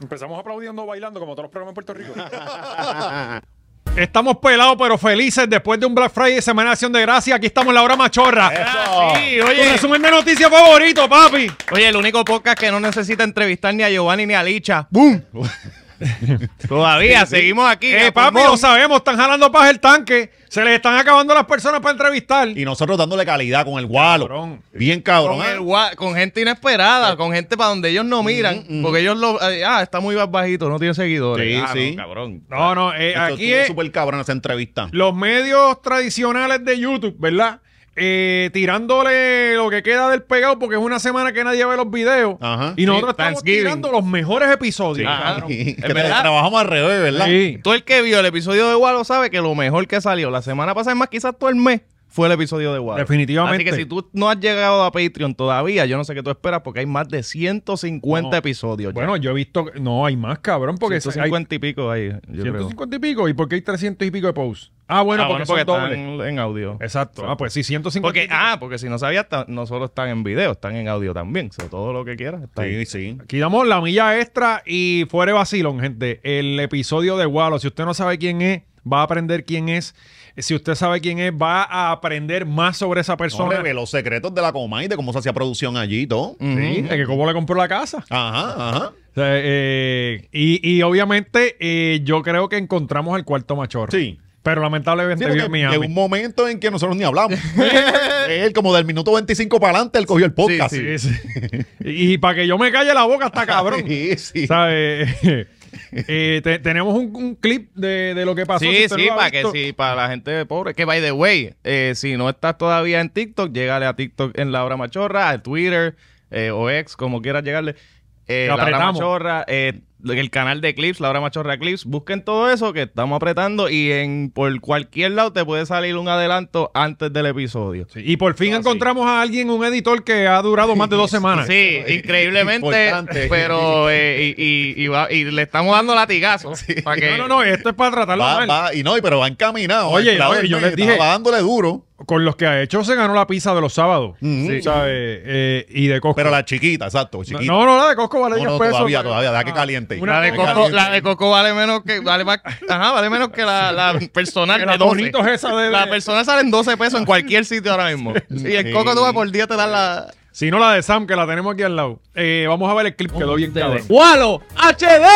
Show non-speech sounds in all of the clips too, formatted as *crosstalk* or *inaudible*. Empezamos aplaudiendo, bailando, como todos los programas en Puerto Rico. *laughs* Estamos pelados pero felices después de un Black Friday Semana de Acción de Gracia. Aquí estamos en la hora machorra. Ah, sí, Tu oye, resumen de noticias favorito, papi. oye, el único podcast que no necesita entrevistar ni a Giovanni ni a Licha. ¡Bum! Todavía, seguimos aquí. Eh, a papi, pulmón. lo sabemos, están jalando paja el tanque. Se les están acabando las personas para entrevistar. Y nosotros dándole calidad con el gualo. Cabrón. Bien cabrón. Con, ¿eh? el gua- con gente inesperada, con gente para donde ellos no miran. Porque ellos lo. eh, Ah, está muy bajito, no tiene seguidores. Sí, Ah, sí. no, cabrón. No, no, eh, Esto aquí estuvo es súper cabrón esa entrevista. los medios tradicionales de YouTube, ¿verdad? Eh, tirándole lo que queda del pegado porque es una semana que nadie ve los videos. Ajá. Y nosotros Sí, estamos Thanksgiving. tirando los mejores episodios. Sí. cabrón. *laughs* que es te- verdad. trabajamos al revés, ¿verdad? Sí. Todo el que vio el episodio de Walo sabe que lo mejor que salió la semana pasada, es más, quizás todo el mes, fue el episodio de Walo. Definitivamente. Así que si tú no has llegado a Patreon todavía, yo no sé qué tú esperas porque hay más de 150 No. episodios. ya. Bueno, yo he visto. No, hay más, cabrón, porque hay 150 y pico ahí, yo creo. 150 y pico. ¿Y por qué hay 300 y pico de posts? Ah, bueno, Ah, porque, bueno, son dobles. están en audio. Exacto. Ah, pues sí, 150. Porque, y pico. ah, porque si no sabías, ta- no solo están en video, están en audio también. O sea, todo lo que quieras está ahí. Sí, sí. Aquí damos la milla extra y fuera de vacilón, gente. El episodio de Wallo. Si usted no sabe quién es, va a aprender quién es. Si usted sabe quién es, va a aprender más sobre esa Nos persona. reveló secretos de la Comay, de cómo se hacía producción allí y todo. Mm. Sí, de que cómo le compró la casa. Ajá, ajá. O sea, eh, y, y obviamente eh, yo creo que encontramos al cuarto machorro. Sí. Pero lamentablemente vive en Miami. en un momento en que nosotros ni *laughs* hablamos. él, como del minuto 25 para adelante, él cogió el podcast. Sí, sí. y, para que yo me calle la boca está cabrón. Sí, sí. ¿Sabes? *laughs* Eh, te- tenemos un, un clip de, de lo que pasó. Sí, usted sí, no lo ha para que visto. sí, para la gente pobre. Que by the way, eh, si no estás todavía en TikTok, llégale a TikTok en La Hora Machorra, a Twitter eh, o ex, como quieras llegarle. Eh, Lo la Hora apretamos. Machorra, eh, el canal de Clips, La Hora Machorra Clips. Busquen todo eso que estamos apretando y en por cualquier lado te puede salir un adelanto antes del episodio. Sí, y por Ah, fin encontramos a alguien, un editor que ha durado más de dos semanas. Sí, increíblemente, Importante. pero eh, y, y- y va- y le estamos dando latigazos para que No, no, no, esto es para tratarlo Va, mal. va, y no, y- pero va encaminado. Oye, El clavo oye, del yo mes, les dije- estaba dándole duro, Con los que ha hecho se ganó la pizza de los sábados. Sí. ¿Sabes? Eh, y de Costco. pero la chiquita, exacto, chiquita. *laughs* No, no, la de Costco vale No, 10 no, pesos. Ah, todavía, todavía, deja que caliente. Una La de, Deja Coco- Coco, caliente. la de Coco vale menos que vale más, ajá, vale menos que la, la personal Que de la 12. Doritos esa de- La personal sale en 12 pesos en cualquier sitio ahora mismo. Y el Coco tú vas por 10 te dan la Si no, la de Sam, que la tenemos aquí al lado. Eh, vamos a ver el clip, quedó bien cabrón. ¡Walo HD!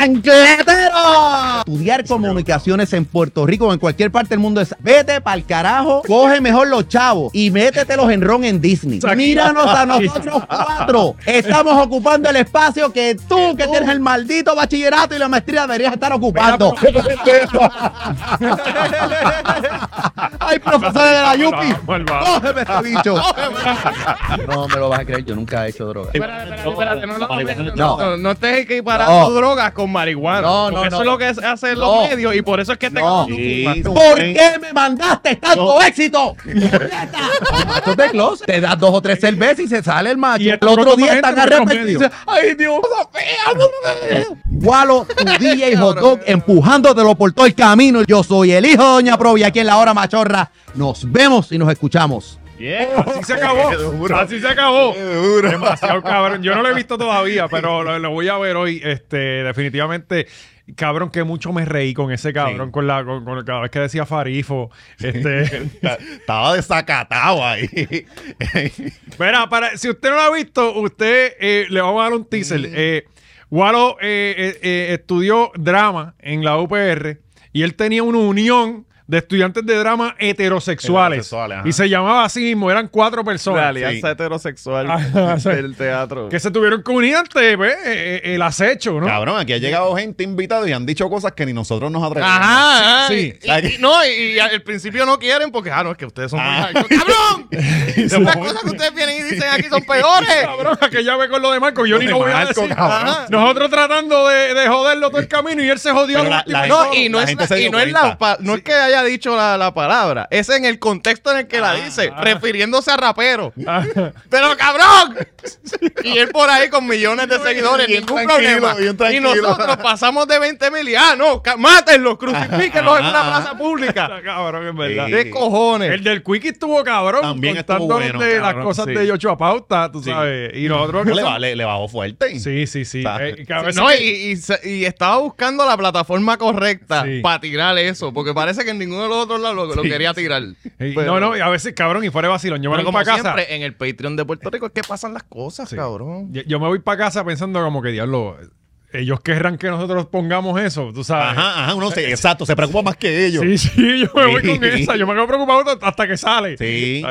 ¡Angletero! Estudiar comunicaciones en Puerto Rico o en cualquier parte del mundo es vete pa'l carajo, coge mejor los chavos y métetelos en ron en Disney. Exacto. Míranos a nosotros cuatro. Estamos ocupando el espacio que tú, que tienes el maldito bachillerato y la maestría, deberías estar ocupando. *laughs* ¡Ay, profesores de la Yupi! ¡Cógeme este *laughs* bicho! No me lo vas a creer, yo nunca he hecho droga. No. No, no estés equiparando No. drogas con marihuana. No, no, porque no. eso es lo que es- hacen los No. medios y por eso es que te No. Sí, ¿Por qué me mandaste tanto *laughs* éxito? Esto es de closet. Te das dos o tres cervezas y se sale el macho. Y el El otro otro día gente están en otros arrepentidos. y medios. dicen, Ay, Dios, la fea, la fea". Gualo, *laughs* tu DJ Hot Dog empujándotelo por todo el camino. Yo soy el hijo de Doña Provi aquí en la hora machorra. Nos vemos y nos escuchamos. Así se acabó. Oh, Qué duro. Así se acabó. Qué duro. Demasiado cabrón. Yo no lo he visto todavía, pero lo, lo voy a ver hoy. Este, definitivamente, cabrón, que mucho me reí con ese cabrón, Sí. con la, con, con- cada vez que decía Farifo. *laughs* Este, Estaba desacatado ahí. Mira, para, si usted no lo ha visto, usted eh, le vamos a dar un teaser. Mm. Eh, Walo eh, eh, eh, estudió drama en la UPR y él tenía una unión de estudiantes de drama heterosexuales. Heterosexuales, ajá. y se llamaba así mismo, eran cuatro personas. La alianza alianza *laughs* heterosexual del del *laughs* teatro. Que se tuvieron que unir ante pues, eh, eh, el acecho, *laughs* ¿no? Cabrón, aquí ha llegado gente invitada y han dicho cosas que ni nosotros nos atrevemos. Ajá, ajá. Sí, Y- y- y no, y, y al principio no quieren porque, ah, no, es que ustedes son muy Ah. hardcore. ¡Cabrón! Las cosas que ustedes vienen y dicen aquí son peores. ah, Cabrón, aquella ve con lo de Marco, yo Lo ni de lo voy a Marco, decir. cabrón. Ajá. Nosotros tratando de, de joderlo todo el camino y él se jodió. Pero al la- último la y todo. gente- No, y no La es, gente se y dio no es cuenta. la pa- no es que haya haya dicho la, la palabra, es en el contexto en el que la dice, refiriéndose a rapero. *laughs* Pero cabrón, y él por ahí con millones de seguidores, bien ningún tranquilo, problema. bien y tranquilo. nosotros pasamos de 20 mil y ah, no, ca- mátenlos, crucifíquenlos en una plaza pública. Está Ah, cabrón, en verdad. Sí. ¿Qué cojones? El del Quickie estuvo cabrón. También estuvo contándonos bueno, de las cabrón, cosas sí. de Yocho a pauta, tú Sí. sabes. Y nosotros. No, le, ba- le- le bajó fuerte. Sí, sí, sí. Está- Eh, que a veces- No, y, y se- y estaba buscando la plataforma correcta Sí. para tirar eso, porque parece que en ninguno de los otros lados lo, lo quería tirar. y- Pero- eh, no, no, y a veces, cabrón, y fuera de vacilón. Yo me Pero voy como para casa. siempre, en el Patreon de Puerto Rico es que pasan las cosas, Sí. cabrón. Yo, yo me voy para casa pensando como que, diablo, ellos querrán que nosotros pongamos eso, tú sabes. Ajá, ajá, uno se, exacto, se preocupa más que ellos. Sí, sí, yo me voy Sí. con esa. Yo me quedo preocupado hasta que sale. Sí.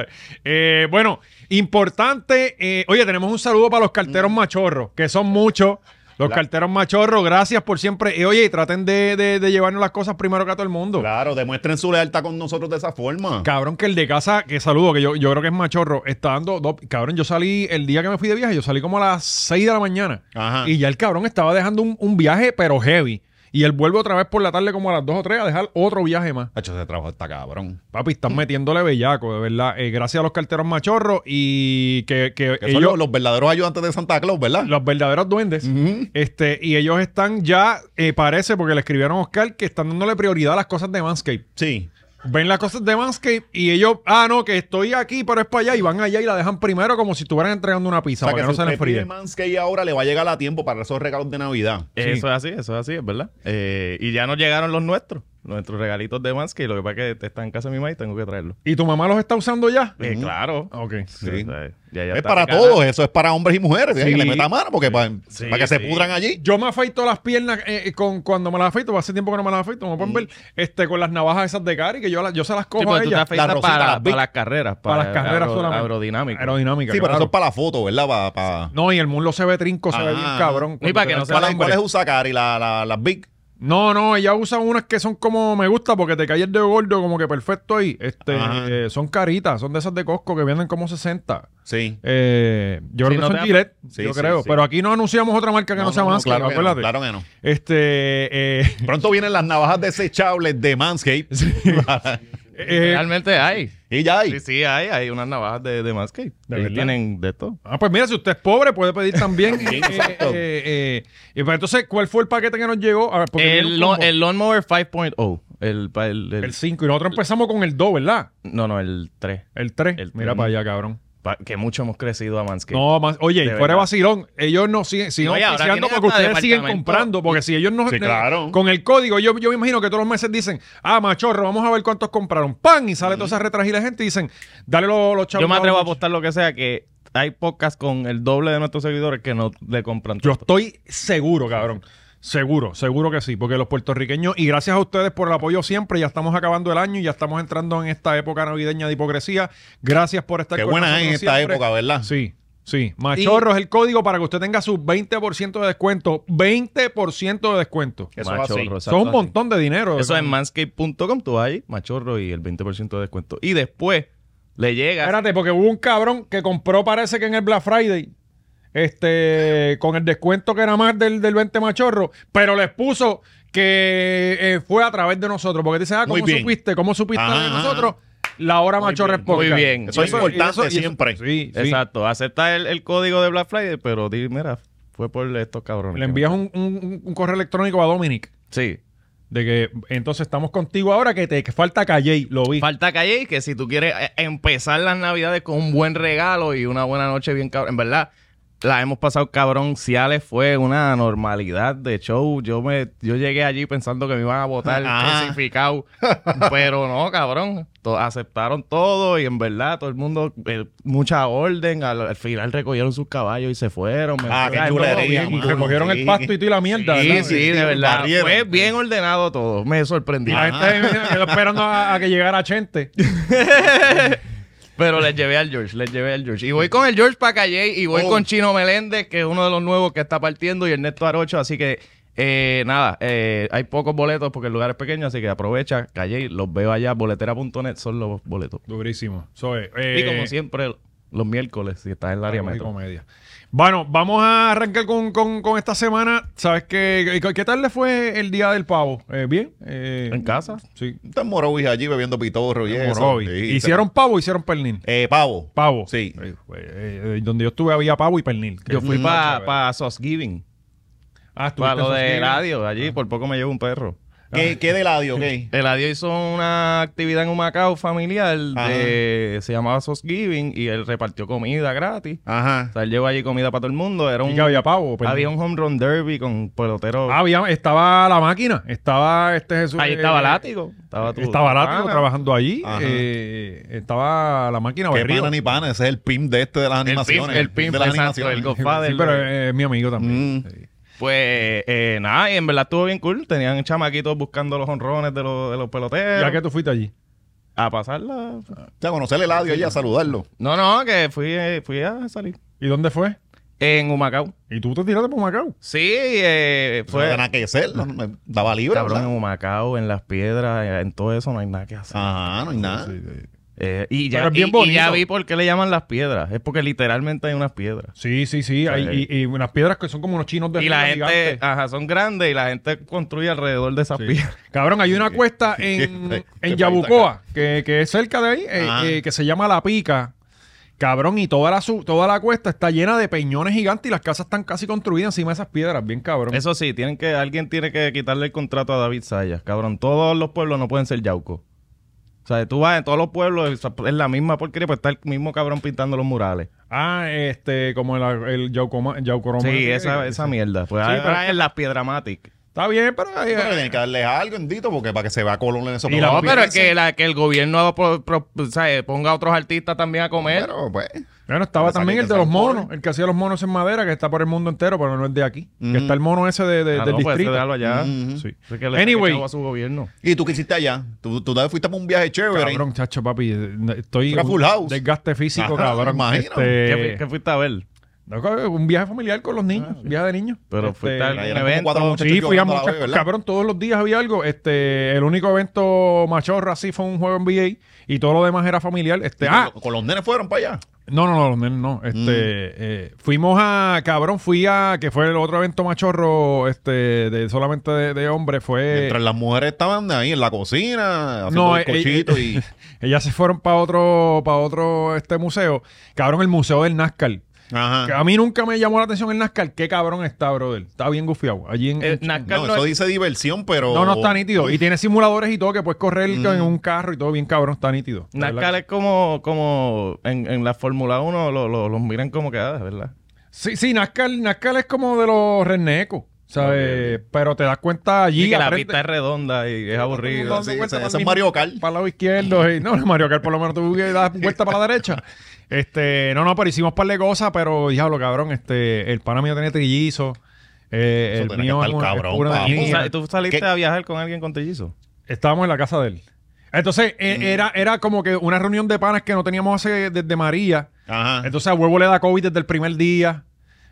Eh, bueno, importante. eh, oye, tenemos un saludo para los carteros Mm. machorros, que son muchos. Los carteros machorros, gracias por siempre. Y oye, y traten de, de- de llevarnos las cosas primero que a todo el mundo. Claro, demuestren su lealtad con nosotros de esa forma. Cabrón, que el de casa, que saludo, que yo, yo creo que es machorro, está dando. dos- cabrón, yo salí el día que me fui de viaje, yo salí como a las 6 de la mañana. Ajá. Y ya el cabrón estaba dejando un, un viaje, pero heavy. Y él vuelve otra vez por la tarde, como a las 2 o 3, a dejar otro viaje más. Hacho, ese trabajo está cabrón. Papi, están metiéndole bellaco, de verdad. Eh, gracias a los carteros machorros y que, que Que ellos, son los, los, los verdaderos ayudantes de Santa Claus, ¿verdad? verdaderos duendes. Ujú. este Y ellos están ya, eh, parece, porque le escribieron a Oscar, que están dándole prioridad a las cosas de Manscape. Sí. Ven las cosas de Manscape y ellos, ah, no, que estoy aquí, pero es para allá, y van allá y la dejan primero como si estuvieran entregando una pizza O sea, para que que, si no se les usted pide fríe. Manscaped ahora le va a llegar a tiempo para esos regalos de Navidad. Eso es así, eso es así, es verdad. Eh, y ya nos llegaron los nuestros, nuestros regalitos de Mansky. Lo que pasa es que está en casa de mi mamá y tengo que traerlo. ¿Y tu mamá los está usando ya? Eh, Claro. Ok. Sí. O sea, ya- ya es está para picada. todos, eso es para hombres y mujeres. ¿sí? Sí. Que le meta mano porque para, para que se sí. pudran allí. Yo me afeito las piernas eh, con, cuando me las afeito, hace tiempo que no me las afeito, como pueden ver, este, con las navajas esas de Cari, que yo, las- yo se las Sí, cojo a porque tú te ella. afeitas La rosita, para, las para Vic. las carreras. Para las carreras aero- solamente. Aerodinámica. Aerodinámica. Sí, pero claro. eso es para la foto, ¿verdad? Para, para- No, y el mundo se ve trinco, se ve Ajá. bien cabrón. Y para que no Cuando te se ¿Cuál, da es- hambre. cuál es Usacari? La, la, las Big. No, no, ella usa unas que son como me gusta porque te cae el dedo gordo, como que perfecto ahí. Este, Ajá. eh, son caritas, son de esas de Costco que venden como 60. Sí. Eh, yo creo Sí, que no son te da- Gillette, Sí, yo sí, creo. sí. Pero aquí no anunciamos otra marca que no, sea Manscaped, claro, que no, acuérdate. claro que no. Este, eh, Pronto vienen las navajas desechables de Manscaped. eh, Realmente hay. *laughs* y ya hay. Sí, sí, hay. Hay unas navajas de, de Manscaped. ¿De Ellos verdad? tienen de todo. ah, pues mira, si usted es pobre puede pedir también. Eh, exacto. eh, eh, y pues entonces, ¿cuál fue el paquete que nos llegó? A ver, porque viene El, un lo- combo. el Lawnmower 5.0. El, pa- el, el- el 5 y nosotros empezamos con el 2, ¿verdad? no, no, el 3. El 3. El Mira tres. para allá, cabrón. Pa- que mucho hemos crecido a Manscaped. No, más, oye, y De fuera de verdad. vacilón, ellos no siguen, siguen No, y ahora auspiciando tienen porque hasta ustedes siguen departamento. comprando, porque si ellos no Sí, eh, claro. con el código, yo, yo me imagino que todos los meses dicen, ah, machorro, vamos a ver cuántos compraron, pan, y sale toda esa retragila de gente y dicen, dale los, los chavos. Yo me atrevo a los- apostar lo que sea que hay podcasts con el doble de nuestros seguidores que no le compran. Yo tanto. estoy seguro, cabrón. Seguro, seguro que sí, porque los puertorriqueños, y gracias a ustedes por el apoyo siempre, ya estamos acabando el año y ya estamos entrando en esta época navideña de hipocresía. Gracias por estar Qué con buena es nosotros en esta siempre. época, ¿verdad? Sí, sí. Machorro es el código para que usted tenga su 20% de descuento. 20% de descuento. Eso es así. Machorro, Eso es exacto, un montón de dinero. así. Eso es manscape.com, tú vas ahí, machorro y el 20% de descuento. Y después le llega. Espérate, porque hubo un cabrón que compró, parece que en el Black Friday, este, con el descuento que era más del, del 20 machorro, pero les puso que eh, fue a través de nosotros. Porque dice, ah, Muy ¿cómo bien. supiste? ¿Cómo supiste Ajá, de ajá. nosotros? La hora machorra es bien, muy podcast. bien. Eso es y importante y siempre. Sí, sí. Exacto, acepta el, el código de Black Friday, pero di, mira, fue por estos cabrones. Le envías un, un- un correo electrónico a Dominic. Sí. De que entonces estamos contigo ahora que te que falta Calle, lo vi. Falta calle y que si tú quieres eh, empezar las navidades con un buen regalo y una buena noche bien cabrón. En verdad, la hemos pasado cabrón. Ciales fue una normalidad de show. Yo me, yo llegué allí pensando que me iban a votar *laughs* Ajá. *laughs* crucificado. pero no, cabrón. To- aceptaron todo y en verdad todo el mundo, eh, mucha orden. Al, al final recogieron sus caballos y se fueron. Me Ah, fui- qué Ay, todo chulería, bien. mano. Recogieron Sí. el pasto y tú y la mierda. Sí, ¿verdad? sí, de verdad. barrieron. Fue bien ordenado todo. Me Y sorprendí. la gente me quedó esperando a, a que llegara *laughs* Chente. Pero les llevé al George, les llevé al George. Y voy con el George para Calle y voy Oh. con Chino Meléndez, que es uno de los nuevos que está partiendo, y Ernesto Arocho. Así que, eh, nada, eh, hay pocos boletos porque el lugar es pequeño, así que aprovecha, Calle, los veo allá, boletera.net son los boletos. Durísimo. Eso es. y Eh, Ah, como siempre, Los miércoles, si estás en el área Comedia, metro. comedia. Bueno, vamos a arrancar con, con- con esta semana. ¿Sabes qué? ¿Qué tal le fue el día del pavo? Eh, ¿Bien? Eh, ¿En casa? Sí. Están morovis allí bebiendo pitorro y eso. Morovis. Sí, ¿Hicieron pavo o hicieron pernil? está- Eh, pavo. Pavo. Sí. Eh, eh, eh, donde yo estuve había pavo y pernil. Yo fui Mm. para pa Sosgiving, Ah, estuviste para lo en de Sosquilla. Eladio. Allí por poco me llevo un perro. ¿Qué, qué de *laughs* ladio, ok? Eladio hizo una actividad en un Macao familiar, Ajá. de- se llamaba Sosgiving, y él repartió comida gratis. Ajá. O sea, él llevó allí comida para todo el mundo. Era ¿Y un, qué había pavo? o pernil? había un home run derby con peloteros. Ah, había- estaba la máquina, estaba este Jesús. Ahí estaba eh, Látigo. Estaba, Ah, tu- Estaba tu Látigo pana. trabajando allí. Ajá. eh, estaba la máquina Qué Berrío. pana ni pana, ese es el pim de este de las El pimp, animaciones. el pimp, de las exacto, el animaciones. Godfather. Sí, pero eh, es mi amigo también. Mm. Sí. Pues eh, nada, y en verdad estuvo bien cool. Tenían chamaquitos buscando los honrones de los, de los peloteros. Ya que tú fuiste allí. A pasarla. O sea, conocer el ladio y a saludarlo. No, no, que fui, eh, fui a salir. ¿Y dónde fue? En Humacao. Y tú te tiraste por Macao. Sí, eh, Fue fue. nada que hacer, no, me- daba libre. Cabrón, en ¿verdad? Humacao, en las piedras, eh, en todo eso no hay nada que hacer. Ajá, no hay nada. Ah. Eh, y, Pero ya, es bien y- y ya bonito. vi por qué le llaman las piedras. Es porque literalmente hay unas piedras. Sí, sí, sí. hay- Sí. y, y unas piedras que son como unos chinos de Y la arriba gente, gigantes. ajá, son grandes y la gente construye alrededor de esas Sí. piedras. Cabrón, hay *laughs* una cuesta en, Qué- qué en país Yabucoa, que, que es cerca de ahí, eh, Ah. eh, que se llama La Pica. Cabrón, y toda la, su- toda la cuesta está llena de peñones gigantes y las casas están casi construidas encima de esas piedras. Bien cabrón. Eso sí, tienen que, alguien tiene que quitarle el contrato a David Sayas, cabrón. Todos los pueblos no pueden ser Yauco. O sea, tú vas en todos los pueblos, es es la misma porquería, pues está el mismo cabrón pintando los murales. Ah, este, como el, el Yaucoma- Yaucoroma. sí, esa, esa mierda. Pues Sí, ahora pero- es la Piedramatic. Está bien, pero... eh, Pero tienen que darle algo, endito, porque para que se vea Colón en esos Y la- No, programas. pero es que, la- que el gobierno pro- pro- o sea, ponga a otros artistas también a comer. Pero, pues. Bueno, estaba Pero también saquen el de el los Sancocho. ¿eh? monos, el que hacía los monos en madera, que está por el mundo entero, pero no es de aquí. Que Ujú. está el mono ese de, de- Ah, del no, pues, distrito. déjalo allá. Ujú. Sí. Eso es que le saque Anyway. chavo a su gobierno. ¿Y tú qué hiciste allá? Tú, tú también fuiste para un viaje chévere. Cabrón, chacho, papi. eh, Estoy. Era full house. Desgaste físico, Ajá, cabrón. me imagino. Este, ¿Qué, fui- qué fuiste a ver? no, cabrón, un viaje familiar con los niños, viaje de niños. Pero Este, fuiste a algún ahí eran como evento. cuatro muchachos Sí, fui a Ah, llorando a la muchas. vez, ¿verdad? Cabrón, todos los días había algo. Este, el único evento machorra así fue un juego NBA y todo lo demás era familiar. Este, ah, Con los nenes fueron para allá. No, no, no, los nenes no. Mm. Este, eh, fuimos a, cabrón, fui a, que fue el otro evento machorro, este, de solamente de, de hombres, fue... Mientras las mujeres estaban ahí en la cocina, haciendo Eh. No, no, eh, eh, y. Ellas se fueron para otro, para otro, este museo. Cabrón, el museo del NASCAR. Que Ajá. a mí nunca me llamó la atención el NASCAR. Qué cabrón está, brother. Está bien gufiado. Allí en... El en- NASCAR No, no eso es- dice diversión, pero. no, no está nítido. Y tiene simuladores y todo, que puedes correr en un carro y todo bien cabrón, está nítido. La verdad NASCAR es como, como en, en la Fórmula 1 lo- lo- los miran como que, ah, ¿verdad? Sí, sí, NASCAR, NASCAR es como de los renecos, ¿sabes? Pero te das cuenta allí. Y que la aprendes- pista es redonda y es aburrida. sí, ese- ese es Mario Kart. Para el lado izquierdo. y- no, no, Mario Kart por lo menos tú que *laughs* das vuelta para la derecha. Este, no, no, pero hicimos par de cosas, pero diablo, cabrón, este, el pana mío tenía trillizo. eh, Eso el tenía mío que es estar una- es cabrón, pura papo. Y- y energía. sa- ¿Tú saliste ¿Qué? a viajar con alguien con tellizo? Estábamos en la casa de él. Entonces, Mm. eh, era, era como que una reunión de panas que no teníamos hace desde María. Ajá. Entonces, a huevo le da COVID desde el primer día.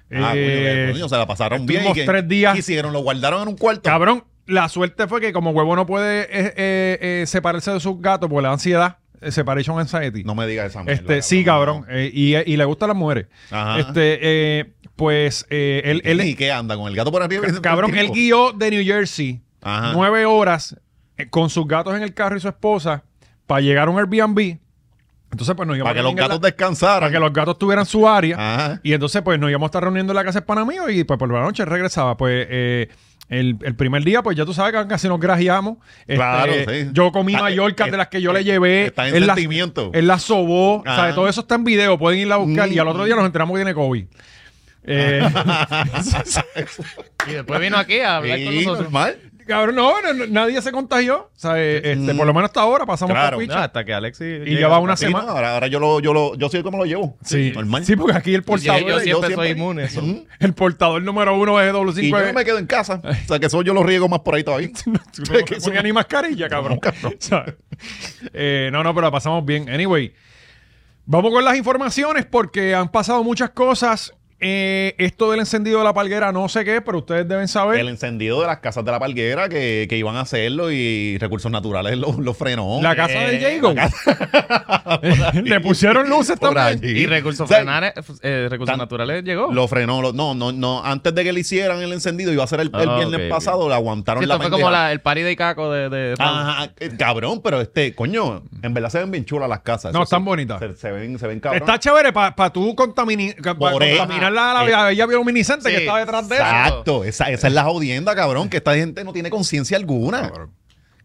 Ah, Eh, coño, coño, se la pasaron bien. estuvimos ¿Y qué- tres días. ¿Qué hicieron? ¿Lo guardaron en un cuarto? Cabrón, la suerte fue que como huevo no puede eh, eh, eh, separarse de sus gatos por la ansiedad, eh, separation anxiety. No me digas esa mierda. este, sí, cabrón. eh, y, y le gustan las mujeres. Ajá. Este, eh, pues, eh, él, él- ¿Y qué anda? ¿Con el gato por arriba? cabrón, él el guió de New Jersey Ajá. nueve horas eh, con sus gatos en el carro y su esposa para llegar a un Airbnb. Entonces, pues nos íbamos Para que a los reunir en gatos la- descansaran. para que los gatos tuvieran su área. Ajá. Y entonces, pues nos íbamos a estar reuniendo en la casa del pana mío y pues por la noche regresaba. Pues eh, el, el primer día, pues ya tú sabes que casi nos grajeamos. Este, Claro, sí. Yo comí Ah, Mallorca eh, de las que yo le eh, llevé. está en él las- sentimiento. *laughs* él las sobó. O sea, Ajá. todo eso está en video. Pueden irla a buscar. Y al otro día nos enteramos que tiene COVID. Eh, *laughs* Y después vino aquí a Sí, normal. cabrón, no, no, no, nadie se contagió. O sea, eh, este, por lo menos hasta ahora pasamos Mm. Claro. por ficha. No, hasta que Alexi. Y ya va una Sí, no, semana. ahora, ahora yo lo, yo lo, yo sé cómo lo llevo. Sí, Normal. sí, porque aquí el Yo, portador, yo yo siempre soy siempre- inmune. a eso. Ujú. el portador número uno es W5. Y yo no me quedo en casa. O sea, que eso yo lo riego más por *laughs* ahí todavía. Tú pues, eh. no *laughs* te ponías ni mascarilla, cabrón. *laughs* O sea, eh, no, no, pero la pasamos bien. Anyway, vamos con las informaciones porque han pasado muchas cosas. eh, esto del encendido de la palguera, no sé qué, pero ustedes deben saber. El encendido de las casas de la palguera que, que iban a hacerlo y recursos naturales lo, lo frenó. la casa de eh, Jago. *laughs* Le pusieron luces Por también. allí. Y recursos, O sea, frenares- eh, recursos tan- naturales llegó. Lo frenó. lo- no, no, no. Antes de que le hicieran el encendido, iba a ser el, el Ah, viernes ok, pasado, le aguantaron Sí, la esto fue pendeja. como la- el party de Caco de... de- Ajá, eh, cabrón, pero este, coño, en verdad se ven bien chulas las casas. No, Eso están sí. bonitas. Se, se ven, se ven cabrón. Está chévere para tú contamini- pa- Por eso. contaminar la, la, Eh. la bella bioluminiscente que Sí. está detrás de eso. Exacto, esa, esa es la jodienda, cabrón, que esta gente no tiene conciencia alguna.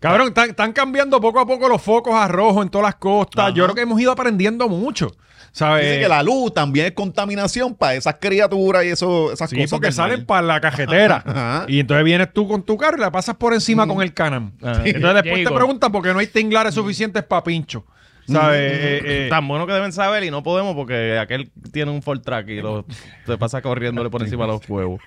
Cabrón, están, están cambiando poco a poco los focos a rojo en todas las costas. Ajá. Yo creo que hemos ido aprendiendo mucho. ¿Sabes? Dice que la luz también es contaminación para esas criaturas y eso, esas Sí, cosas. porque del mar. salen para la cajetera. Ajá. Y entonces vienes tú con tu carro y la pasas por encima con el canam. Ah, Ajá. Entonces después te Llego. preguntan por qué no hay tinglares suficientes para pincho. ¿Sabes? Eh, eh, Tan bueno que deben saber y no podemos porque aquel tiene un full track y lo, te pasa corriéndole por encima de los huevos.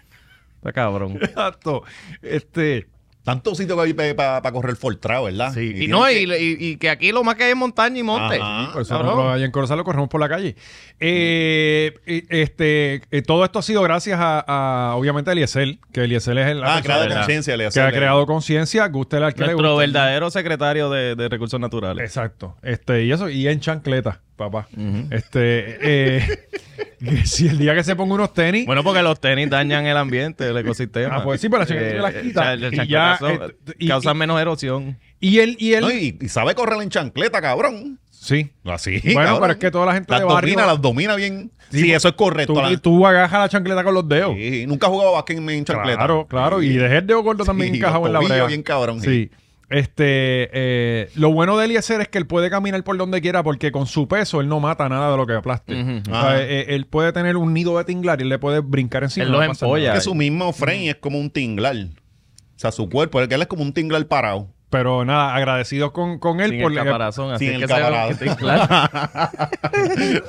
Está cabrón. Exacto. Este. Tanto sitio que hay para correr Fortrado, ¿verdad? Sí. Y, tienen no, que- y, y- y que aquí lo más que hay es montaña y monte. Ajá. Por eso Cabrón. nosotros allá en Corozal lo corremos por la calle. Eh, eh, este, eh, todo esto ha sido gracias a, a, obviamente, a Eliezer, que Eliezer es el Ah, creado ¿verdad? conciencia, le que ha hacerle. creado conciencia, guste el que le Nuestro guste. verdadero secretario de, de Recursos Naturales. Exacto. Este, y eso, y en chancleta, papá. Este, eh, *laughs* que si el día que se ponga unos tenis, Bueno, porque los tenis dañan el ambiente, el ecosistema. Eh, Ah, pues sí, pero las chancletas las quita. o sea, los Y ya, chancletas son- eh, y- causan y- menos erosión. y él, y él, No, y, y sabe correr en chancleta, cabrón. sí. Así. Bueno, cabrón. pero es que toda la gente las de barrio- domina, las domina bien. Sí, eso es correcto. Tú, la- tú agajas la chancleta con los dedos. Sí, nunca jugaba básquet en, en chancleta. Claro, claro. Y dejé el dedo gordo también Sí, encajado los en la tobillos brea. bien cabrón, Sí. Este, eh, lo bueno de Eliezer es que él puede caminar por donde quiera porque con su peso él no mata nada de lo que aplaste. Ujú. O sea, Ajá. eh, él puede tener un nido de tinglar y él le puede brincar encima. Él no los le pasa empolla. nada. que su mismo Mm. frame es como un tinglar. O sea, su cuerpo, el que él es como un tinglar parado. *laughs* Pero nada, agradecidos con, con él Sin por el la- caparazón. así sin es el que se- caparazón. que te- claro.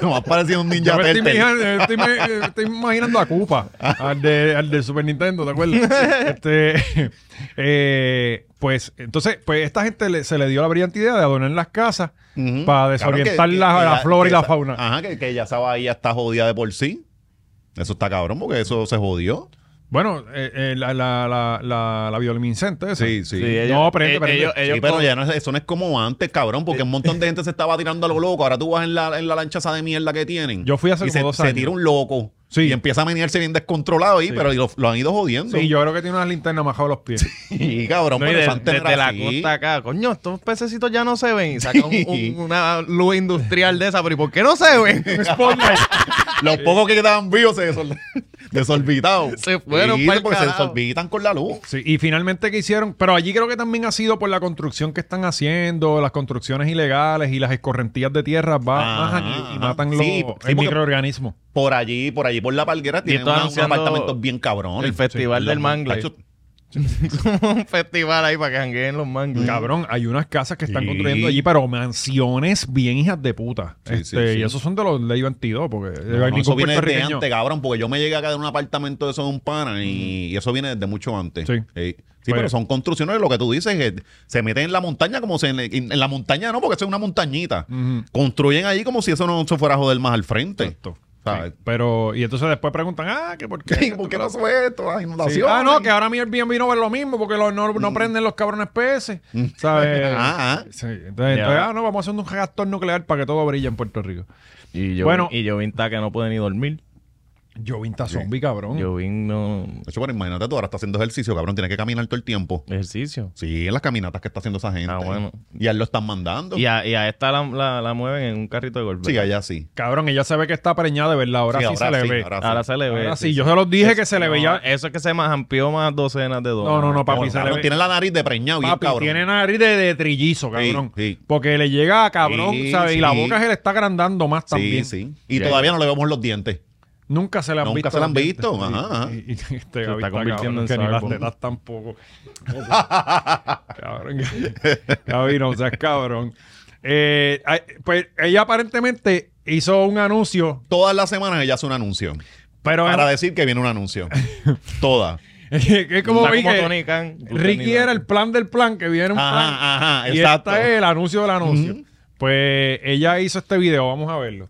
no, más parecido un ninja Yo me estoy, turtle. imaginando, estoy me- estoy imaginando a Koopa, al de, al de Super Nintendo, ¿te acuerdas? *laughs* Este, *laughs* eh, pues, entonces, pues esta gente le- se le dio la brillante idea de adornar las casas Ujú. para Claro desorientar que- que- la, la que ya- flora que y la esa- ah. fauna. Ajá, que, que ya Sabah ya está jodida de por sí. Eso está cabrón, porque eso se jodió. Bueno, eh, eh, la, la, la, la, la bioluminiscente esa. sí. Sí, ellos- No, prende, eh, prende. ellos- Sí, Sí, ellos pero con- ya no es, eso no es como antes, cabrón, porque un montón de gente se estaba tirando a lo loco. Ahora tú vas en la, en la lancha esa de mierda que tienen. Yo fui hace y como se, dos se años. tira un loco. Sí. Y empieza a menearse bien descontrolado ahí, pero lo, lo han ido jodiendo. Sí, yo creo que tiene unas linternas majadas a los pies. *laughs* Y cabrón, No, y pero de- eso antes desde era la así. *laughs* costa acá, coño, estos pececitos ya no se ven. Y sacan un- un- una luz industrial de esa, pero ¿y por qué no se ven? Los pocos que quedaban vivos se *laughs* desol- desorbitados. Se fueron Sí, pa'l porque se carajo. desorbitan con la luz. Sí, y finalmente que hicieron, pero allí creo que también ha sido por la construcción que están haciendo, las construcciones ilegales y las escorrentías de tierra Ajá, bajan y, y ajá. matan los Sí, sí, porque- el microorganismo. Por allí, por allí, por la palguera, tienen esto una- unos anunciando apartamentos bien cabrones. el Festival Sí, del los- Mangle. Tacho, *laughs* un festival ahí para que jangueen los mangos. Cabrón, hay unas casas que están Mm. Sí. construyendo allí, pero mansiones bien hijas de puta. Sí, sí, Este, sí. Y esos son de los ley 22, porque no, No, hay no, ningún eso viene desde puertorriqueño. antes, cabrón, porque yo me llegué acá de un apartamento de esos de un pana y, y eso viene desde mucho antes. Sí. Pues- Ey. Sí, Oye. pero son construcciones, lo que tú dices, que se meten en la montaña como si en, en- en la montaña no, porque eso es una montañita. Ujú. Construyen ahí como si eso no se fuera a joder más al frente. Exacto. ¿Sabes? Sí, Pero, y entonces después preguntan, ah, que por qué. *laughs* Sí, ¿Por qué no sube esto? Las Sí. inundaciones. Ah, no, que ahora mi Airbnb no es lo mismo porque los- no, no prenden los cabrones PS. ¿Sabes? Mm. *laughs* Ah, ah. Sí, entonces, entonces, ah, no, vamos haciendo un reactor nuclear para que todo brille en Puerto Rico. Y yo, Bueno. y yo vi que no puede ni dormir. Jovín está zombie, cabrón. Yo vi no De hecho, pero imagínate tú, ahora está haciendo ejercicio, cabrón, tiene que caminar todo el tiempo. ejercicio. Sí, en las caminatas que está haciendo esa gente. Ah, bueno. Y a él lo están mandando. Y a, y a esta la, la- la mueven en un carrito de golpe. Sí, allá sí. Cabrón, ella se ve que está preñada de verdad. Ahora sí, se le ve. Ahora, ahora sí. Ahora se le ve. sí, yo se los dije que se le No, veía. Eso es que se amplió más docenas de dólares. No, no, no, papi, se le Cabrón, ve. tiene la nariz de preñado bien Papi, cabrón. tiene nariz de, de trillizo, cabrón. sí. Porque le llega a cabrón, Sí, ¿sabes? Y la sí. boca se le está agrandando más también. Sí, sí. Y todavía no le vemos los dientes. Nunca se la han Nunca visto. se la han los visto, dientes. Sí, ajá, ajá. y- y- y- este Gaby está está convirtiendo cabrón, que en ni las cyborg. tetas *laughs* tampoco. cabrón. Gaby, no seas cabrón. Eh, ay, pues ella aparentemente hizo un anuncio, Todas las semanas ella hace un anuncio. pero Para decir que viene un *laughs* anuncio. Todas. *laughs* que es como, Está vi que Tony Khan. Ricky era el plan del plan, que viene un plan. Ajá, ajá, y este exacto. esta es el anuncio del anuncio. Ujú. Pues ella hizo este video, vamos a verlo.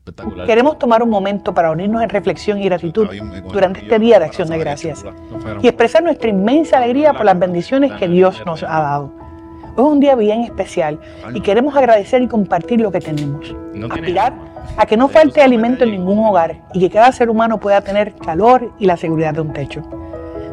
Espectacular. Queremos tomar un momento para unirnos en reflexión y gratitud Está bien, eh, con durante el este brillo, día de la acción de abrazadera gracias chula. y expresar nuestra inmensa alegría por las bendiciones que Dios nos ha dado. Hoy es un día bien especial y queremos agradecer y compartir lo que tenemos. No tiene Aspirar a que no falte alimento en ningún hogar y que cada ser humano pueda tener calor y la seguridad de un techo.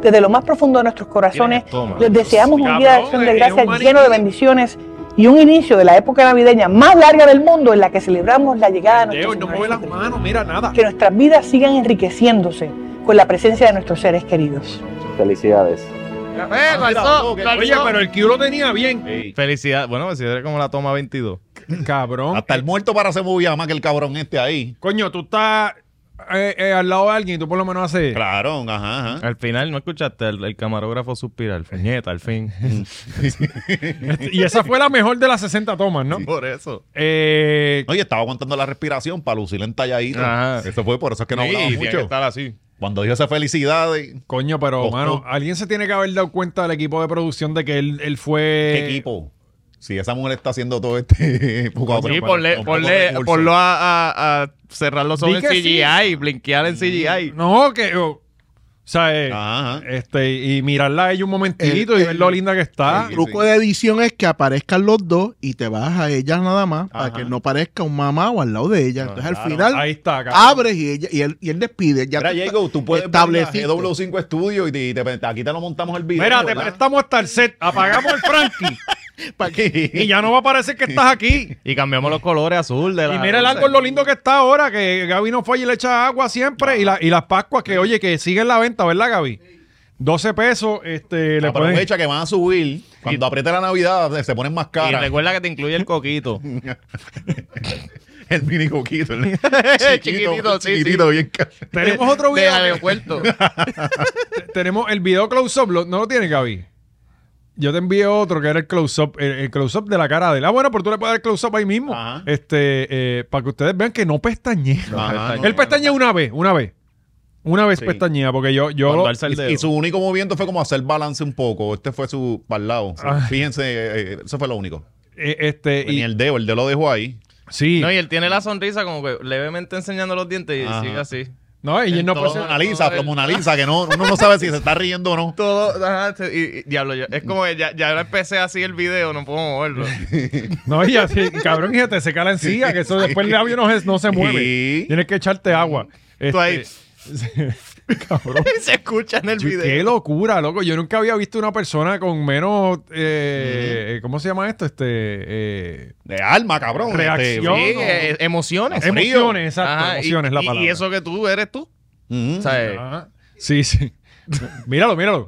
Desde lo más profundo de nuestros corazones, Toma. les deseamos un día de acción de gracias lleno de bendiciones y un inicio de la época navideña más larga del mundo en la que celebramos la llegada de no nuestro Señor mueve las Jesucristo. manos, mira nada. Que nuestras vidas sigan enriqueciéndose con la presencia de nuestros seres queridos. Felicidades. Ah, Eh, lo alzó, lo Oye, alzó. pero el Q lo tenía bien. Ey, Felicidad. Bueno, si era como la toma 22. Cabrón. Hasta el muerto para se movía más que el cabrón este ahí. Coño, tú estás eh, eh, al lado de alguien y tú por lo menos haces. Claro, Ah. ajá, ajá. Al final, ¿no escuchaste el, el camarógrafo suspirar? Feñeta, *laughs* al fin. Y esa fue la mejor de las 60 tomas, ¿no? Por eso. Eh, Oye, estaba aguantando la respiración para lucir entalladito. Ajá. Eso fue por eso es que no hablaba Sí, tiene que mucho. estar así. Cuando dijo esa felicidad, eh, coño, pero, Costó. mano, alguien se tiene que haber dado cuenta del equipo de producción de que él, él fue. Eh, ¿qué equipo? Si esa mujer está haciendo todo este *laughs* poco Sí, ponle, ponle, ponlo a, a, a cerrarlo sobre Di que sí. Mm, CGI, blinquear en CGI. No, que. oh, O sea, eh, Ajá. ajá. este, y mirarla a ella un momentito El- y ver lo el- linda que está. El truco de edición es que aparezcan los dos y te vas a ellas nada más para Ajá. que no parezca un mamá o al lado de ella. Entonces al final Ahí está, cabrón. abres y, ella, y, él, y él despide. Ya Mira, tú Jacob, tú puedes estableciste. establecer W5 Studio y te- y te- aquí te lo montamos el video. Mira, te ¿verdad? prestamos hasta el set, apagamos el *laughs* Frankie ¿Para qué? y ya no va a parecer que estás aquí. Y cambiamos los colores azul de la. Y mira el árbol lo lindo que está ahora, que Gaby no fue y le echa agua siempre. Y, la- y las Pascuas que, oye, que siguen la venta, ¿verdad, Gaby? 12 pesos, este, le ponen- *laughs* Aprovecha que van a subir. Cuando apriete la Navidad, se ponen más Y caras. recuerda que te incluye *laughs* el coquito. *laughs* El mini coquito. El Chiquitito, sí, chiquitito, bien ca- Tenemos otro Del video. aeropuerto. que- *laughs* Tenemos el video close-up, lo- ¿no lo tiene, Gaby? Yo te envié otro que era el close-up, el, el close-up de la cara de él. Ah, bueno, pero tú le puedes dar el close-up ahí mismo. Ajá. Este, eh, para que ustedes vean que no pestañe. Ajá, no, Él pestañea una vez, una vez. Una vez Sí. pestañea, porque yo, yo Cuando lo- alza el dedo. Y su único movimiento fue como hacer balance un poco. Este fue su para el lado. Fíjense, eh, eso fue lo único. eh, este, Ni y, el dedo, el dedo lo dejó ahí. sí, No, y él tiene la sonrisa como que levemente enseñando los dientes y Ajá. sigue así. no, y él no Todo puede ser- Mona Lisa, todo lo el- Mona Lisa, que no, uno no sabe si se está riendo o no. Todo, ajá, se- y, y- diablo, yo, es como que ya, ya ahora empecé así el video, no *laughs* puedo moverlo. *laughs* No, y así, cabrón, y se te seca la encía, que eso después el labio no, se- no se mueve. Sí. Tienes que echarte agua. Tú ahí. Este, *laughs* cabrón. se escucha en el yo- qué video. locura, loco. Yo nunca había visto una persona con menos. eh, ¿Cómo se llama esto? Este. eh, De alma, cabrón. este, Reacción. sí. Sí, que, eh, emociones. emociones, exacto. Ajá, y- emociones, la y- palabra. Mm, Y eso que tú eres tú. Ujú. O sea, eh, Ajá. Sí, sí. míralo, míralo.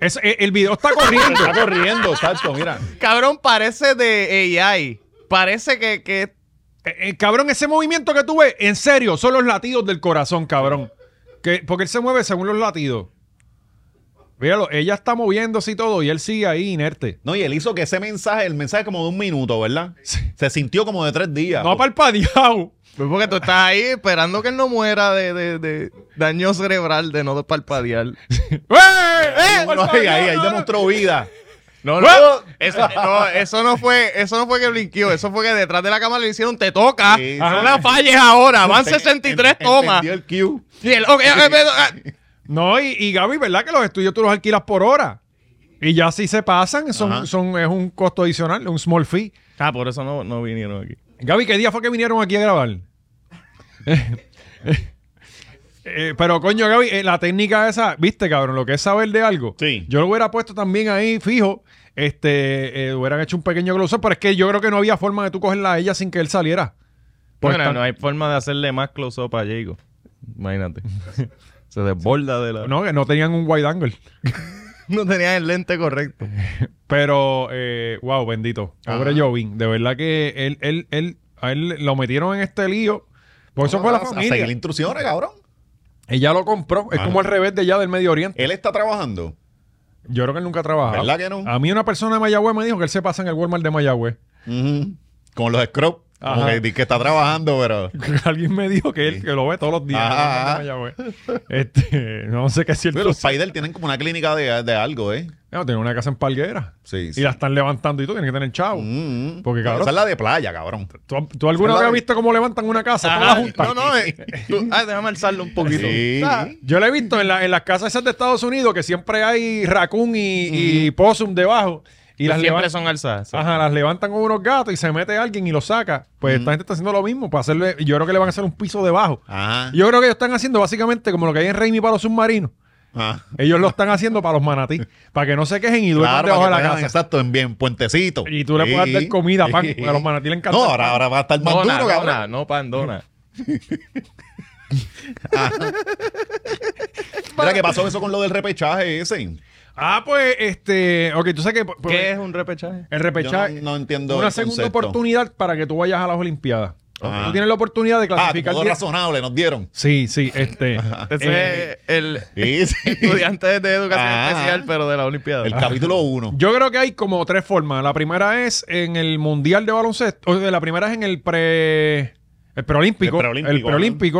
Es- eh, el video está corriendo. Está corriendo, exacto, mira. Cabrón, parece de AI. Parece que, que Eh, eh, cabrón, ese movimiento que tú ves, en serio, son los latidos del corazón, cabrón. Que, porque él se mueve según los latidos. Míralo, ella está moviéndose y todo, y él sigue ahí inerte. No, y él hizo que ese mensaje, el mensaje como de un minuto, ¿verdad? Se sintió como de tres días. No ha palpadeado. Pues porque tú estás ahí esperando que él no muera de, de- de daño cerebral, de no parpadear. *laughs* ¡Eh! ¡Eh! *laughs* No, ahí, ahí, ahí demostró vida. No, no, eso no, eso no fue, eso no fue que blinqueó, eso fue que detrás de la cámara le hicieron te toca, Sí, sí. no la falles ahora, van 63 tomas. Entendió el cue. Y él, ok, ah. ok, ok, ok. No, y, y Gaby, ¿verdad que los estudios tú los alquilas por hora? Y ya si se pasan, son, Ajá. son, es un costo adicional, un small fee. Ah, por eso no, no vinieron aquí. Gaby, ¿qué día fue que vinieron aquí a grabar? *laughs* Eh, eh, eh, pero coño, Gaby, eh, la técnica esa, viste, cabrón, lo que es saber de algo. Sí. Yo lo hubiera puesto también ahí fijo. Este, eh, hubieran hecho un pequeño glosor, pero es que yo creo que no había forma de tú cogerla a ella sin que él saliera. Pues bueno, tan- no hay forma de hacerle más close-up a Jago. Imagínate. *laughs* *laughs* Se desborda de la... No, que no tenían un wide angle. no tenía el lente correcto. Pero, eh, wow, bendito. Pobre Jovin. De verdad que él, él, él, a él lo metieron en este lío. Por eso fue la A familia. seguir instrucciones, cabrón. Ella lo compró. Es Ah. como al revés de ella del Medio Oriente. Él está trabajando. Yo creo que él nunca ha trabajado. ¿Verdad que no? A mí una persona de Mayagüez me dijo que él se pasa en el Walmart de Mayagüez. Ujú. Con los scrubs. Como que, di que está trabajando, pero. *laughs* Alguien me dijo que él que lo ve todos los días. Ajá, No, *laughs* Este, no sé qué es Oye, cierto. los Spider tienen como una clínica de, de algo, ¿eh? No, tiene una casa en Palguera. Sí. Y la están levantando y tú tienes que tener chavo. Mm, eh, mm. Porque, cabrón- Esa es la de playa, cabrón. ¿Tú, tú alguna Es vez la- has visto cómo levantan una Ah, casa? toda Ajá. junta? No, no, eh, tú- ah, déjame alzarlo un poquito. Sí. Ah, Yo la he visto en, la- en las casas esas de Estados Unidos que siempre hay raccoon y, Mm. y possum debajo. Y las, siempre levan- son alzadas. sí. Ajá, las levantan con unos gatos y se mete alguien y lo saca. Pues Mm. esta gente está haciendo lo mismo para hacerle. Yo creo que le van a hacer un piso debajo. Ajá. Yo creo que ellos están haciendo básicamente como lo que hay en Raimi para los submarinos. Ah. Ellos lo están haciendo para los manatí. Para que no se quejen y duerman Claro, debajo para de que la puedan- casa. Exacto, en bien puentecito. Y tú le Sí. puedas dar comida, *laughs* pan, porque a los manatí les encanta No, el ahora, pan. ahora va a estar más Dona, duro, cabrón. dona, no *laughs* pandona. Mira, ¿qué pasó eso con lo del repechaje ese? Ah, pues, este. Ok, tú sabes que. pues, ¿Qué es un repechaje? El repechaje. Yo no- no entiendo Una el segunda concepto. Ah, oportunidad para que tú vayas a las Olimpiadas. Ajá. Tú tienes la oportunidad de Ah, clasificar. todo diez- razonable, nos dieron. Sí, sí, *laughs* este. Ese es el Sí, *laughs* sí. estudiante de educación Ah. especial, pero de la Olimpiada. Ah. El capítulo 1. Yo creo que hay como tres formas. La primera es en el Mundial de Baloncesto. O sea, la primera es en el pre. El preolímpico. El El preolímpico, preolímpico.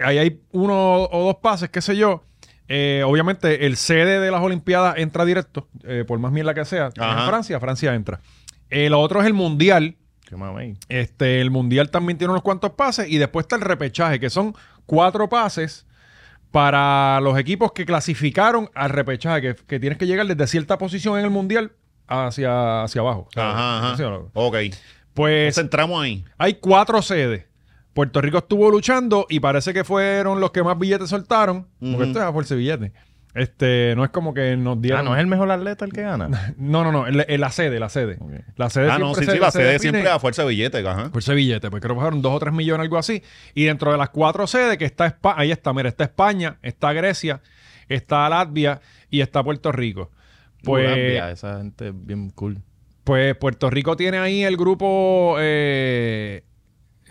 Ahí hay uno o dos pases, qué sé yo. Eh, obviamente, el sede de las Olimpiadas entra directo, eh, por más mierda que sea. Ajá. En Francia, Francia entra. El otro es el Mundial. Qué mamey. Este, el Mundial también tiene unos cuantos pases y después está el repechaje, que son cuatro pases para los equipos que clasificaron al repechaje, que, que tienes que llegar desde cierta posición en el Mundial hacia, hacia abajo. ¿sabes? Ajá, ¿Sí o ajá. no? Ok. Pues Entonces entramos ahí. hay cuatro sedes. Puerto Rico estuvo luchando y parece que fueron los que más billetes soltaron, Ujú. porque esto es a fuerza de billetes. Este, no es como que nos dieron... Ah, no es el mejor atleta el que gana. *laughs* no, no, no, el- el- la sede, la sede. La sede Ah, no, siempre sí, se- sí, la se sede define- siempre a fuerza de billetes, ajá. Ah, por ese billete, pues creo que fueron dos o tres millones, algo así. Y dentro de las cuatro sedes, que está España, ahí está, mira, está España, está Grecia, está Latvia y está Puerto Rico. Pues, Colombia, esa gente es bien cool. pues Puerto Rico tiene ahí el grupo. Eh, eh,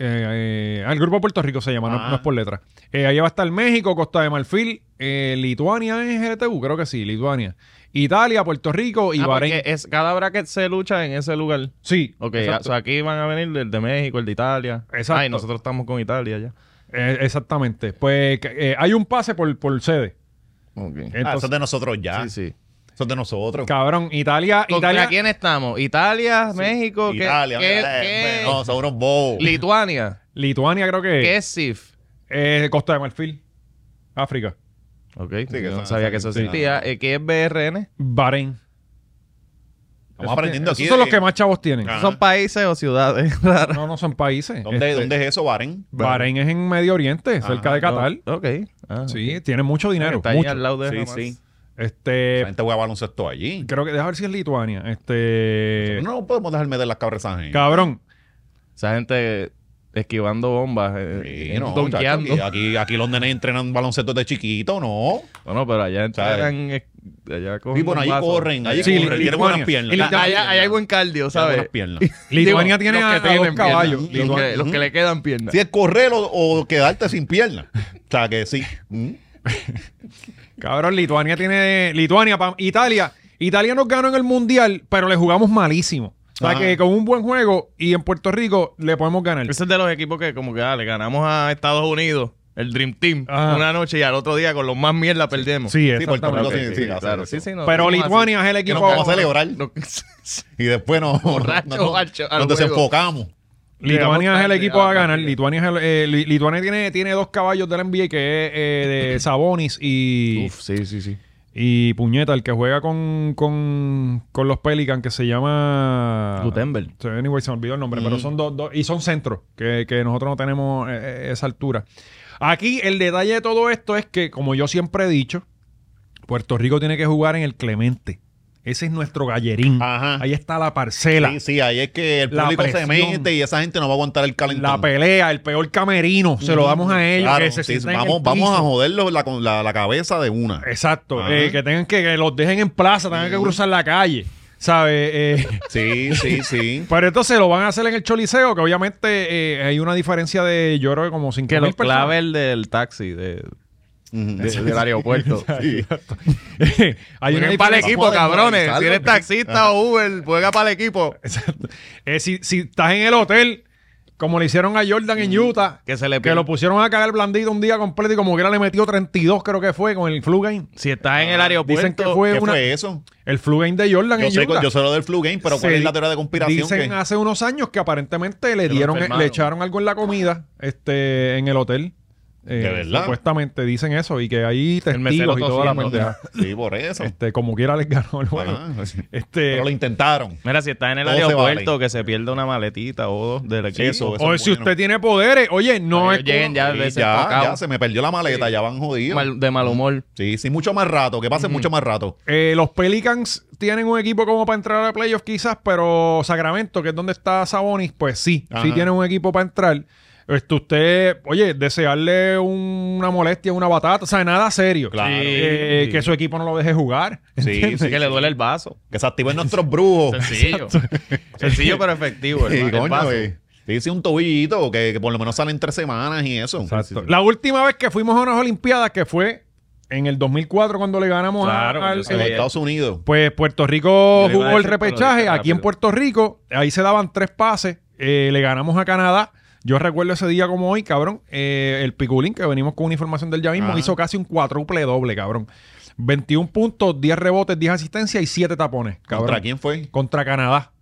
eh, ah, el grupo Puerto Rico se llama, no- Ah. no, es por letra. Eh, ahí va a estar México, Costa de Marfil, eh, Lituania es GTU, creo que sí, Lituania. Italia, Puerto Rico y Ah, Bahrein. porque es, cada bracket se lucha en ese lugar. Sí, Ok, ah, exacto. o sea, aquí van a venir el de México, el de Italia. Exacto. Ay, nosotros estamos con Italia ya. Eh, exactamente. Pues que, eh, hay un pase por, por sede. Ok. Ah, Entonces- eso es de nosotros ya. Sí, sí. Eso es de nosotros. Cabrón, Italia, ¿Contra Italia. quién estamos? ¿Italia? ¿México? ¿Qué- Italia, qué- mira, qué- eh, no, son unos bobos. ¿Lituania? Lituania creo ¿Qué que es. es SIF? Eh, Costa de Marfil. África. Ok, que yo no son- sabía son- que eso sí. existía. Eh, ¿Qué es BRN? Bahrein. Estamos aprendiendo Esos aquí. son de- los que más chavos tienen. Ajá. ¿Son países o ciudades? *laughs* Raras. No, no son países. ¿Dónde, Este, ¿Dónde Ah, es eso, Baren? Bahrein es en Medio Oriente, cerca de Qatar. No, Ok. Ah, Sí, ok. tiene mucho dinero. Está ahí mucho. al lado de Sí, Hamas. sí. La Este, gente juega baloncesto allí. creo que, déjame ver si es Lituania. Este, No podemos dejar meter las cabras a esa gente. cabrón, Esa gente esquivando bombas, Sí, eh, no, donkeando. chacho, aquí, aquí- aquí los nenes entrenan baloncesto de chiquito, no. Bueno, pero allá entrenan... eh, Allá cogen Sí, bueno, un allí vaso. corren, allí Sí, corren, tienen buenas Lituania. piernas. Y La- Tienen buenas allá, allá hay buen cardio, ¿sabes? buenas piernas. Lituania Digo, tiene los a, a que dos tienen piernas, caballos. los que- Lituania- Los que le quedan piernas. Si es correr o, o quedarte sin pierna. O sea que sí. Mm. Cabrón, Lituania tiene. Lituania, pam, Italia. Italia nos ganó en el mundial, pero le jugamos malísimo. O sea Ajá. que con un buen juego y en Puerto Rico le podemos ganar. Ese es de los equipos que como que ah, le ganamos a Estados Unidos, el Dream Team, Ajá. una noche y al otro día con los más mierda perdemos. Sí, Sí, Puerto exactamente. Rico Ok, sí, sí, hacer eso. no, Pero somos Lituania es el Que nos equipo. vamos a celebrar así. No, *laughs* y después nos, Borracho, nos- borracho, al nos juego. desenfocamos. Lituania es el Llegamos equipo tarde a a la ganar. partida. Lituania, es el- eh, Li- Lituania tiene, tiene dos caballos del NBA que es eh, *laughs* de Sabonis y, Uf, sí, sí, sí. y Puñeta, el que juega con, con, con los Pelicans que se llama. Gutenberg. Se- Anyway, se me olvidó el nombre, pero son dos, dos- y son centros, que, que nosotros no tenemos eh, eh, esa altura. Aquí el detalle de todo esto es que, como yo siempre he dicho, Puerto Rico tiene que jugar en el Clemente. Ese es nuestro gallerín. Ajá. Ahí está la parcela, Sí, sí, ahí es que el La público se presión. mete y esa gente no va a aguantar el la calentón. pelea, el peor camerino. Se lo damos a ellos. Claro, que se sí, sientan en el vamos, vamos a piso. joderlo la, con la, la cabeza de una. Exacto. Ajá. eh, que tengan que, que los dejen en plaza, tengan que cruzar la calle. ¿Sabes? Eh, *laughs* Sí, sí, sí. Pero entonces lo van a hacer en el Choliseo, que obviamente eh, hay una diferencia de, yo creo que como 5 Que mil los personas. clavel del taxi de, Ujú. de- del *laughs* aeropuerto. *laughs* hay una para el diferencia. equipo, cabrones. modernizarlo. Si eres taxista o Uber, juega para el equipo. Exacto. Eh, si, si estás en el hotel, Como le hicieron a Jordan en Utah, Que se le que lo pusieron a cagar blandito un día completo y como que le metió 32, creo que fue, con el flu game. Si estás Ah, en el aeropuerto. Dicen que fue ¿Qué una- fue eso? el flu game de Jordan Yo en sé, Utah. yo sé lo del flu game, pero ¿cuál Se es la teoría de conspiración? Dicen que- hace unos años que aparentemente le lo dieron, enfermaron. le echaron algo en la comida, este, en el hotel. Eh, ¿De verdad? Supuestamente dicen eso y que hay El mesero testigos y toda la tosiendo. pendeja. Sí, por eso. Este, como quiera les ganó el juego. Ajá. Este, Pero lo intentaron. Mira, si estás en el Todo se aeropuerto, vale. que se pierda una maletita o dos del Sí, equipo. eso, eso o es si bueno. usted tiene poderes, oye, no Ellos es lleguen ya, Sí, ya, desenfocados, ya, se me perdió la maleta, ya van jodidos. mal- de mal humor. Sí, sí, mucho más rato, que pase mucho más rato. Eh, los Pelicans tienen un equipo como para entrar a playoffs quizás, pero Sacramento, que es donde está Sabonis, pues sí, Ajá. sí tienen un equipo para entrar. Este, usted, oye, desearle un- una molestia, una batata, o sea, nada serio. Claro. Eh, Sí. Que su equipo no lo deje jugar. Sí, sí, que sí. le duele el vaso. Que se activen nuestros *laughs* brujos. Sencillo. *laughs* Sencillo pero efectivo. Sí, hermano, el coño, vaso. eh. Sí, sí, un tobillito, que, que por lo menos salen tres semanas y eso. Exacto. Sí, sí. La última vez que fuimos a unas Olimpiadas, que fue en el 2004 cuando le ganamos a- Claro, al, yo En sabía. el- Estados Unidos. Pues Puerto Rico Yo le iba a jugó el decir, pero lo dije repechaje. Aquí en rápido. Puerto Rico, ahí se daban tres pases. eh, le ganamos a Canadá. Yo recuerdo ese día como hoy, cabrón. eh, el Piculín, que venimos con una información del ya mismo, Ajá. hizo casi un cuádruple doble, cabrón. 21 puntos, 10 rebotes, 10 asistencias y 7 tapones, cabrón. ¿Contra quién fue? Contra Canadá.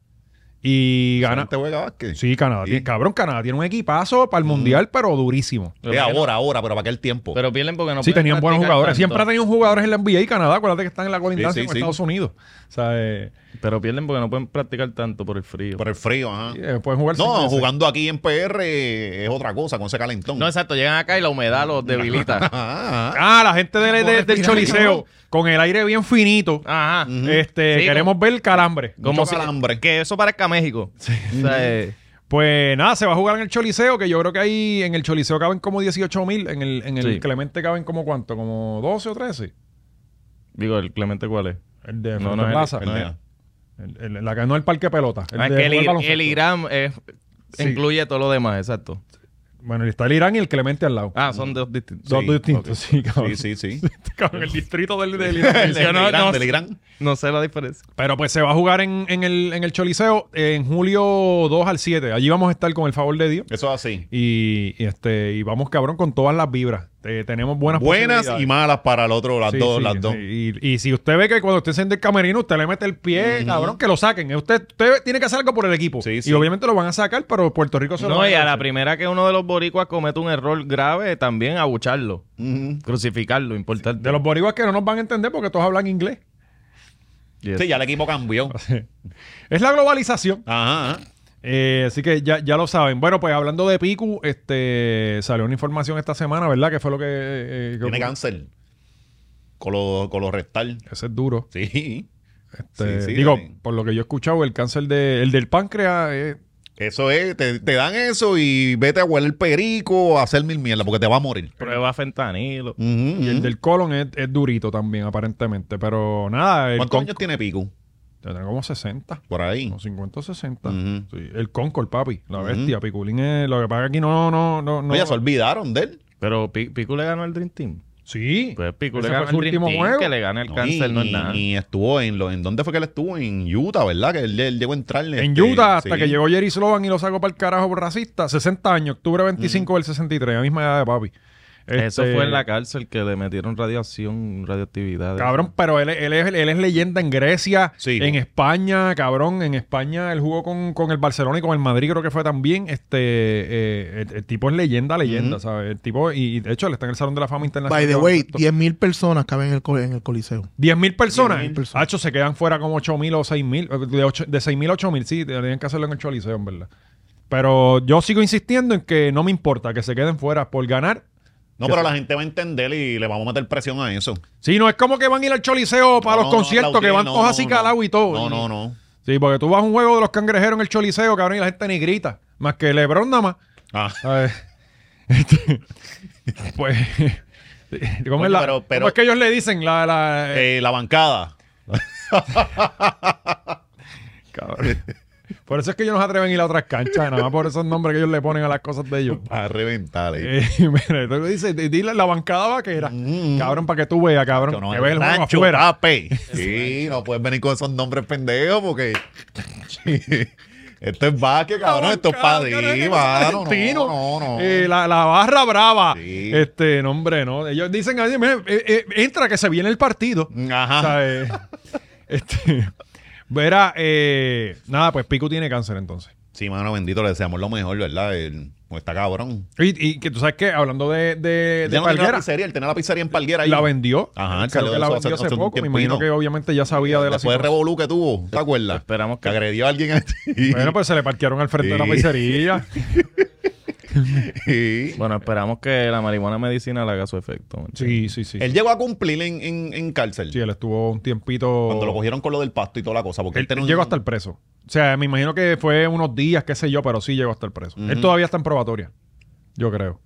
Y gana. ¿Te juega básquet? Sí, Canadá. Sí. tiene- Cabrón, Canadá tiene un equipazo para el mundial, pero durísimo. Sí, ahora, ahora, pero para aquel tiempo. Pero pierden porque no Sí, pueden tenían buenos practicar jugadores. tanto. Siempre ha tenido jugadores en la NBA y Canadá. Acuérdate que están en la colindancia sí, con sí. Estados Unidos. O sea, eh, Pero pierden porque no pueden practicar tanto por el frío. por el frío, ajá. eh, pueden jugar seis No, veces. jugando aquí en PR es otra cosa, con ese calentón. No, exacto. Llegan acá y la humedad los *laughs* debilita. Ajá, ajá. Ah, la gente de- de- del Choliseo, con el aire bien finito. Ajá. Este, Sí, queremos ver el calambre. Como Mucho si, calambre. que eso parezca México. O sea, eh, Pues nada, se va a jugar en el Choliseo, que yo creo que ahí en el Choliseo caben como 18 mil, en el, en el Sí. Clemente caben como cuánto, como 12 o 13. digo, el Clemente cuál es. El de No, Fuente no es el- Plaza. el de- El- el- la que no el parque pelota. Ah, es de que el, jugar ir- baloncesto. el Irán eh, Sí. incluye todo lo demás, exacto. Bueno, está el Irán y el Clemente al *laughs* lado. Ah, son dos distintos. Dos sí, distintos, sí, cabrón. Sí, sí, sí. *laughs* Cabrón, el distrito del, del El de Yo no- Gran, no- del Gran. No sé la diferencia. Pero pues se va a jugar en, en el, en el Choliseo eh, en julio 2 al 7. Allí vamos a estar con el favor de Dios. Eso es así. Y, y este, y vamos, cabrón, con todas las vibras. Te- tenemos buenas Buenas y posibilidades. malas para el otro, las Sí, dos, sí, las dos. sí. Y, y si usted ve que cuando usted enciende el camerino, usted le mete el pie, cabrón, que lo saquen. Usted, usted tiene que hacer algo por el equipo. Sí, sí. Y obviamente lo van a sacar, pero Puerto Rico se lo va No, y a la agradecer. primera que uno de los boricuas comete un error grave, también abucharlo, Ujú. crucificarlo, importante. De los boricuas que no nos van a entender porque todos hablan inglés. Yes. Sí, ya el equipo *laughs* cambió. Es la globalización. Ajá. ajá. Eh, así que ya, ya lo saben. Bueno, pues hablando de Piku, este salió una información esta semana, ¿verdad? Que fue lo que. eh, que Tiene ocurrió. cáncer. Colo, colorectal. Ese es duro. Sí. Este, Sí, sí, digo, también. por lo que yo he escuchado, el cáncer de, el del páncreas es Eso es, te, te dan eso y vete a huele el perico, a hacer mil mierdas, porque te va a morir. Prueba fentanilo. Ujú, Y el ujú. del colon es, es durito también, aparentemente. Pero nada, el ¿Cuántos Concord. años tiene Pico? Tendrá como 60, Por ahí. como 50 o 60. Ujú. Sí, el Concord, papi. La Ujú. bestia, Piculín es. Lo que pasa es que aquí no, no, no. no Oye, se olvidaron de él. Pero Pi- Pico le ganó al Dream Team. Sí. Pues Pico Ese le fue ganó su al Dream último Team, juego. que le gana el cáncer, y, no es nada. y estuvo en, lo, en dónde fue que él estuvo en Utah, ¿verdad? Que él, él llegó a entrar en este, Utah, hasta sí. que llegó Jerry Slovan y lo sacó para el carajo por racista. 60 años, octubre 25 del 63, la misma edad de papi. Eso Este, fue en la cárcel que le metieron radiación, radioactividad. Cabrón, pero él, él es, él es leyenda en Grecia, Sí. en España, cabrón. En España él jugó con, con el Barcelona y con el Madrid, creo que fue también. Este, eh, el, el tipo es leyenda, leyenda, ¿sabes? El tipo, y, y de hecho, él está en el Salón de la Fama Internacional. By the de way, baloncesto. 10.000 personas caben en el, co- en el coliseo. 10.000 personas. 10.000 personas. Hacho, se quedan fuera como 8.000 o 6.000. De, ocho- de 6.000 a 8.000, sí, tenían que hacerlo en el Choliseo, en verdad. Pero yo sigo insistiendo en que no me importa que se queden fuera por ganar. No, pero la gente va a entender y le vamos a meter presión a eso. Si no es como que van a ir al Choliseo para No, los no, conciertos, Claudio, que van no, todos no, así no. calados y todo. No, no, no. Sí, porque tú vas a un juego de los cangrejeros en el Choliseo, cabrón, y la gente ni grita. Más que Lebron nada más. Ah. ¿sabes? *laughs* Este, pues... *laughs* ¿cómo es, Coño, la- pero- cómo pero- es que ellos le dicen la... la- Eh, la bancada. eh, Cabrón. Por eso es que ellos no se atreven a ir a otras canchas, nada más por esos nombres que ellos le ponen a las cosas de *laughs* ellos. A reventar. eh. Eh, *laughs* mira, entonces dice, di- dile la bancada vaquera. Mm. Cabrón, para que tú veas, cabrón. Yo no, que ves el juego Rancho, afuera. *laughs* papi. *laughs* Sí, no puedes venir con esos nombres pendejos porque. Sí. Esto es vaque, cabrón. Esto es Cabrón, padre. cabrón, es mano. argentino. No, no, no. Eh, la, la barra brava. Sí. Este, no, hombre, no. Ellos dicen, "Ay, mira, eh, eh, entra que se viene el partido. Ajá. O sea, eh, este, verá, eh, nada, pues Pico tiene cáncer entonces. Sí, mano, bendito, le deseamos lo mejor, ¿verdad? Él- está cabrón. Y, y que tú sabes que hablando de, Eh, de, de Ya no tenía la Palguera, pizzería, él tenía la pizzería en Palguera ahí. la vendió. Ajá, Creo él salió que de la eso vendió hace- hace hace un poco. Me tiempito. imagino que obviamente ya sabía de la Después de situación. revolú que tuvo, ¿te acuerdas? Esperamos Que que- agredió a alguien allí. Bueno, pues se le parquearon al frente de la Sí. pizzería. *laughs* Sí. Bueno, esperamos que la marihuana medicinal haga su efecto. man. Sí, sí, sí. Él llegó a cumplir en, en, en cárcel. Sí, él estuvo un tiempito. Cuando lo cogieron con lo del pasto y toda la cosa. Porque él, Él, tenía él un- llegó hasta el preso. O sea, me imagino que fue unos días, qué sé yo, pero sí llegó hasta el preso. Ujú. Él todavía está en probatoria, yo creo.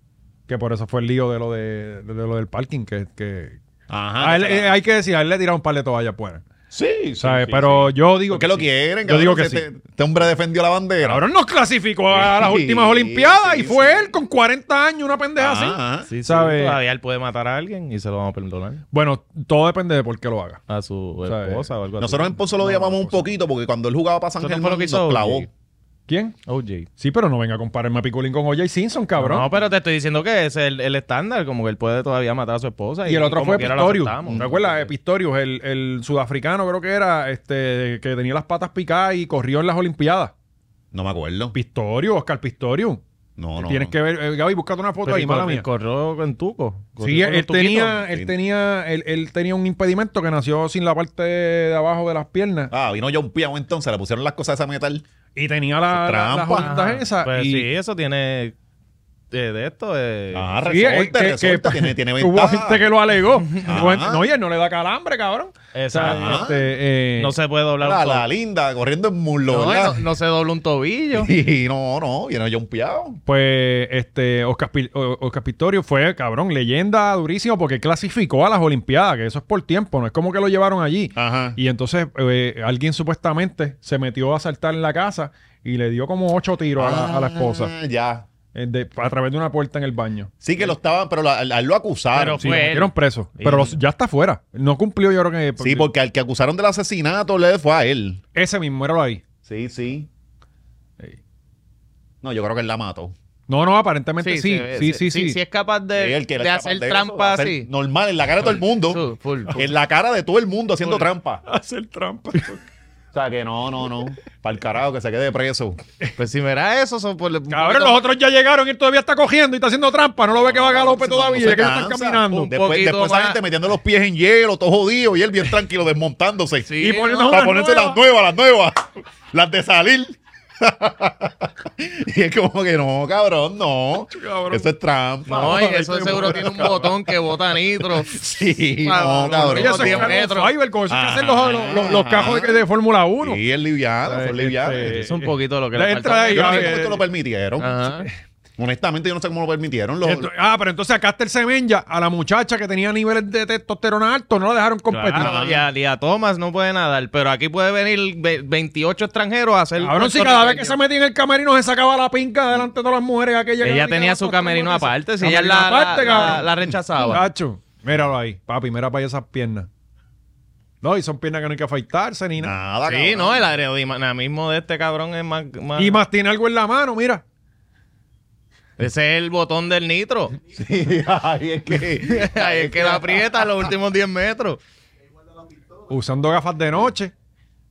Que por eso fue el lío de lo, de, de lo del parking. Que, que- Ajá. A él, que se eh, la- hay que decir, a él le tiraron un par de toallas afuera. Ah, Sí, sí, ¿Sabes? sí, pero sí. yo digo ¿Por qué lo quieren? Yo digo cabrón? que Este- sí. Este hombre defendió la bandera. Cabrón, nos clasificó a las Sí, últimas Olimpiadas y sí, fue sí. él con 40 años, una pendeja así. Ajá. Sí, sí, ¿Sabe? Todavía él puede matar a alguien y se lo vamos a perdonar Bueno, todo depende de por qué lo haga. a Pues, su sea, esposa o algo así. Nosotros en Pozo lo llamamos un poquito porque cuando él jugaba para San Eso no Germán fue lo que hizo nos clavó. OJ. ¿Quién? OJ. Sí, pero no venga a compararme a Picolín con OJ Simpson, cabrón. No, pero te estoy diciendo que es el, el estándar, como que él puede todavía matar a su esposa. pues, Y el otro como fue quiera lo Pistorius. aceptamos. Mm. ¿Te acuerdas? Eh, Pistorius, el, el sudafricano creo que era, este, que tenía las patas picadas y corrió en las Olimpiadas. No me acuerdo. Pistorius, Oscar Pistorius. No, no. Tienes que ver, eh, Gaby, búscate una foto Pero ahí, y mala cor- mía. y corrió en tuco. corrió Sí, con los él tuquitos. tenía, Sí. él tenía, él, él tenía un impedimento que nació sin la parte de abajo de las piernas. Ah, vino John Piao entonces, le pusieron las cosas de esa metal. Y tenía la, la, las Trampa. ondas esas. Pues y- sí, eso tiene... eh, de esto, eh, Ah, sí, resorte, eh, que- resorte, que- tiene, tiene *laughs* Hubo ventaja. gente que lo alegó. Ajá. No, y él no le da calambre, cabrón. O sea, Exacto. Ajá. este, eh, no se puede doblar ah, La, un la tobillo. linda, corriendo en muslo, No, ¿verdad? no, no se dobla un tobillo. *laughs* Y no, no, viene John Piao. Pues este Oscar, Pil- o- Oscar Pistorio fue, cabrón, leyenda durísimo porque clasificó a las Olimpiadas, que eso es por tiempo, no es como que lo llevaron allí. Ajá. Y entonces eh, alguien supuestamente se metió a saltar en la casa y le dio como ocho tiros a, la, a la esposa Ah, Ya. eh, de- a través de una puerta en el baño. Sí que lo estaban, pero la- a él lo acusaron. Pero Sí, lo fue él. metieron preso. Pero los- ya está fuera. No cumplió, yo creo que. Sí, porque al que acusaron del asesinato le fue a él. Ese mismo era ahí. Sí, sí. Sí. No, yo creo que él la mató. No, no, aparentemente sí. se ve, Sí, se- sí, sí. Si es capaz de, Sí, el que era de capaz hacer de eso, trampa hacer así. Normal, en la cara de todo el mundo. Full, full, full. En la cara de todo el mundo haciendo trampa. Hacer trampa. O sea que no, no, no. Para el carajo, que se quede preso. Pues si verá eso, son por Cabrón, los otros ya llegaron y él todavía está cogiendo y está haciendo trampa. No lo ve que va a galope No, Pues todavía. no se que ellos están cansa. caminando. Un Después, poquito después esa más. gente metiendo los pies en hielo, todo jodido, y él bien tranquilo desmontándose. Sí, y poniendo Para unas ponerse nuevas. las nuevas, las nuevas. Las de salir. *laughs* y es como que no, cabrón, no. cabrón. Eso es trampa. No, y eso seguro tiene un botón que bota nitro. Sí, Ah, no, no, cabrón. *laughs* Oye, eso es Diez Carlos metros. Fiverr, con eso que Ajá. hacen los, los- los- los cajos de, de Fórmula 1. Sí, es liviano, son livianos. este, Es un poquito lo que La le entra faltaba. ahí, Yo no eh, sé cómo esto lo permitieron. Ajá. Honestamente, yo no sé cómo lo permitieron. Los, Ento- ah, pero entonces acá está el Semenya. A la muchacha que tenía niveles de testosterona alto no la dejaron competir. Claro, Pues, y, a, y a Thomas no puede nadar, pero aquí puede venir ve- 28 extranjeros a hacer. Cabrón, si cada vez que se metía en el camerino se sacaba la pinca delante de todas las mujeres aquellas que Ella habían tenía ganado su todas las camerino competencias. aparte, si ella Camerino la, la- aparte, la- cabrón. Ah, la rechazaba. Tacho, míralo ahí, papi, mira para esas piernas. No, y son piernas que no hay que afeitarse ni nada. nada, Sí, cabrón. no, el aerodinamismo de este cabrón es más. más- Y más tiene algo en la mano, mira. Ese es el botón del *laughs* nitro. *laughs* Sí, ay, es que. *laughs* Ahí es que la aprieta los últimos 10 metros. Usando gafas de noche.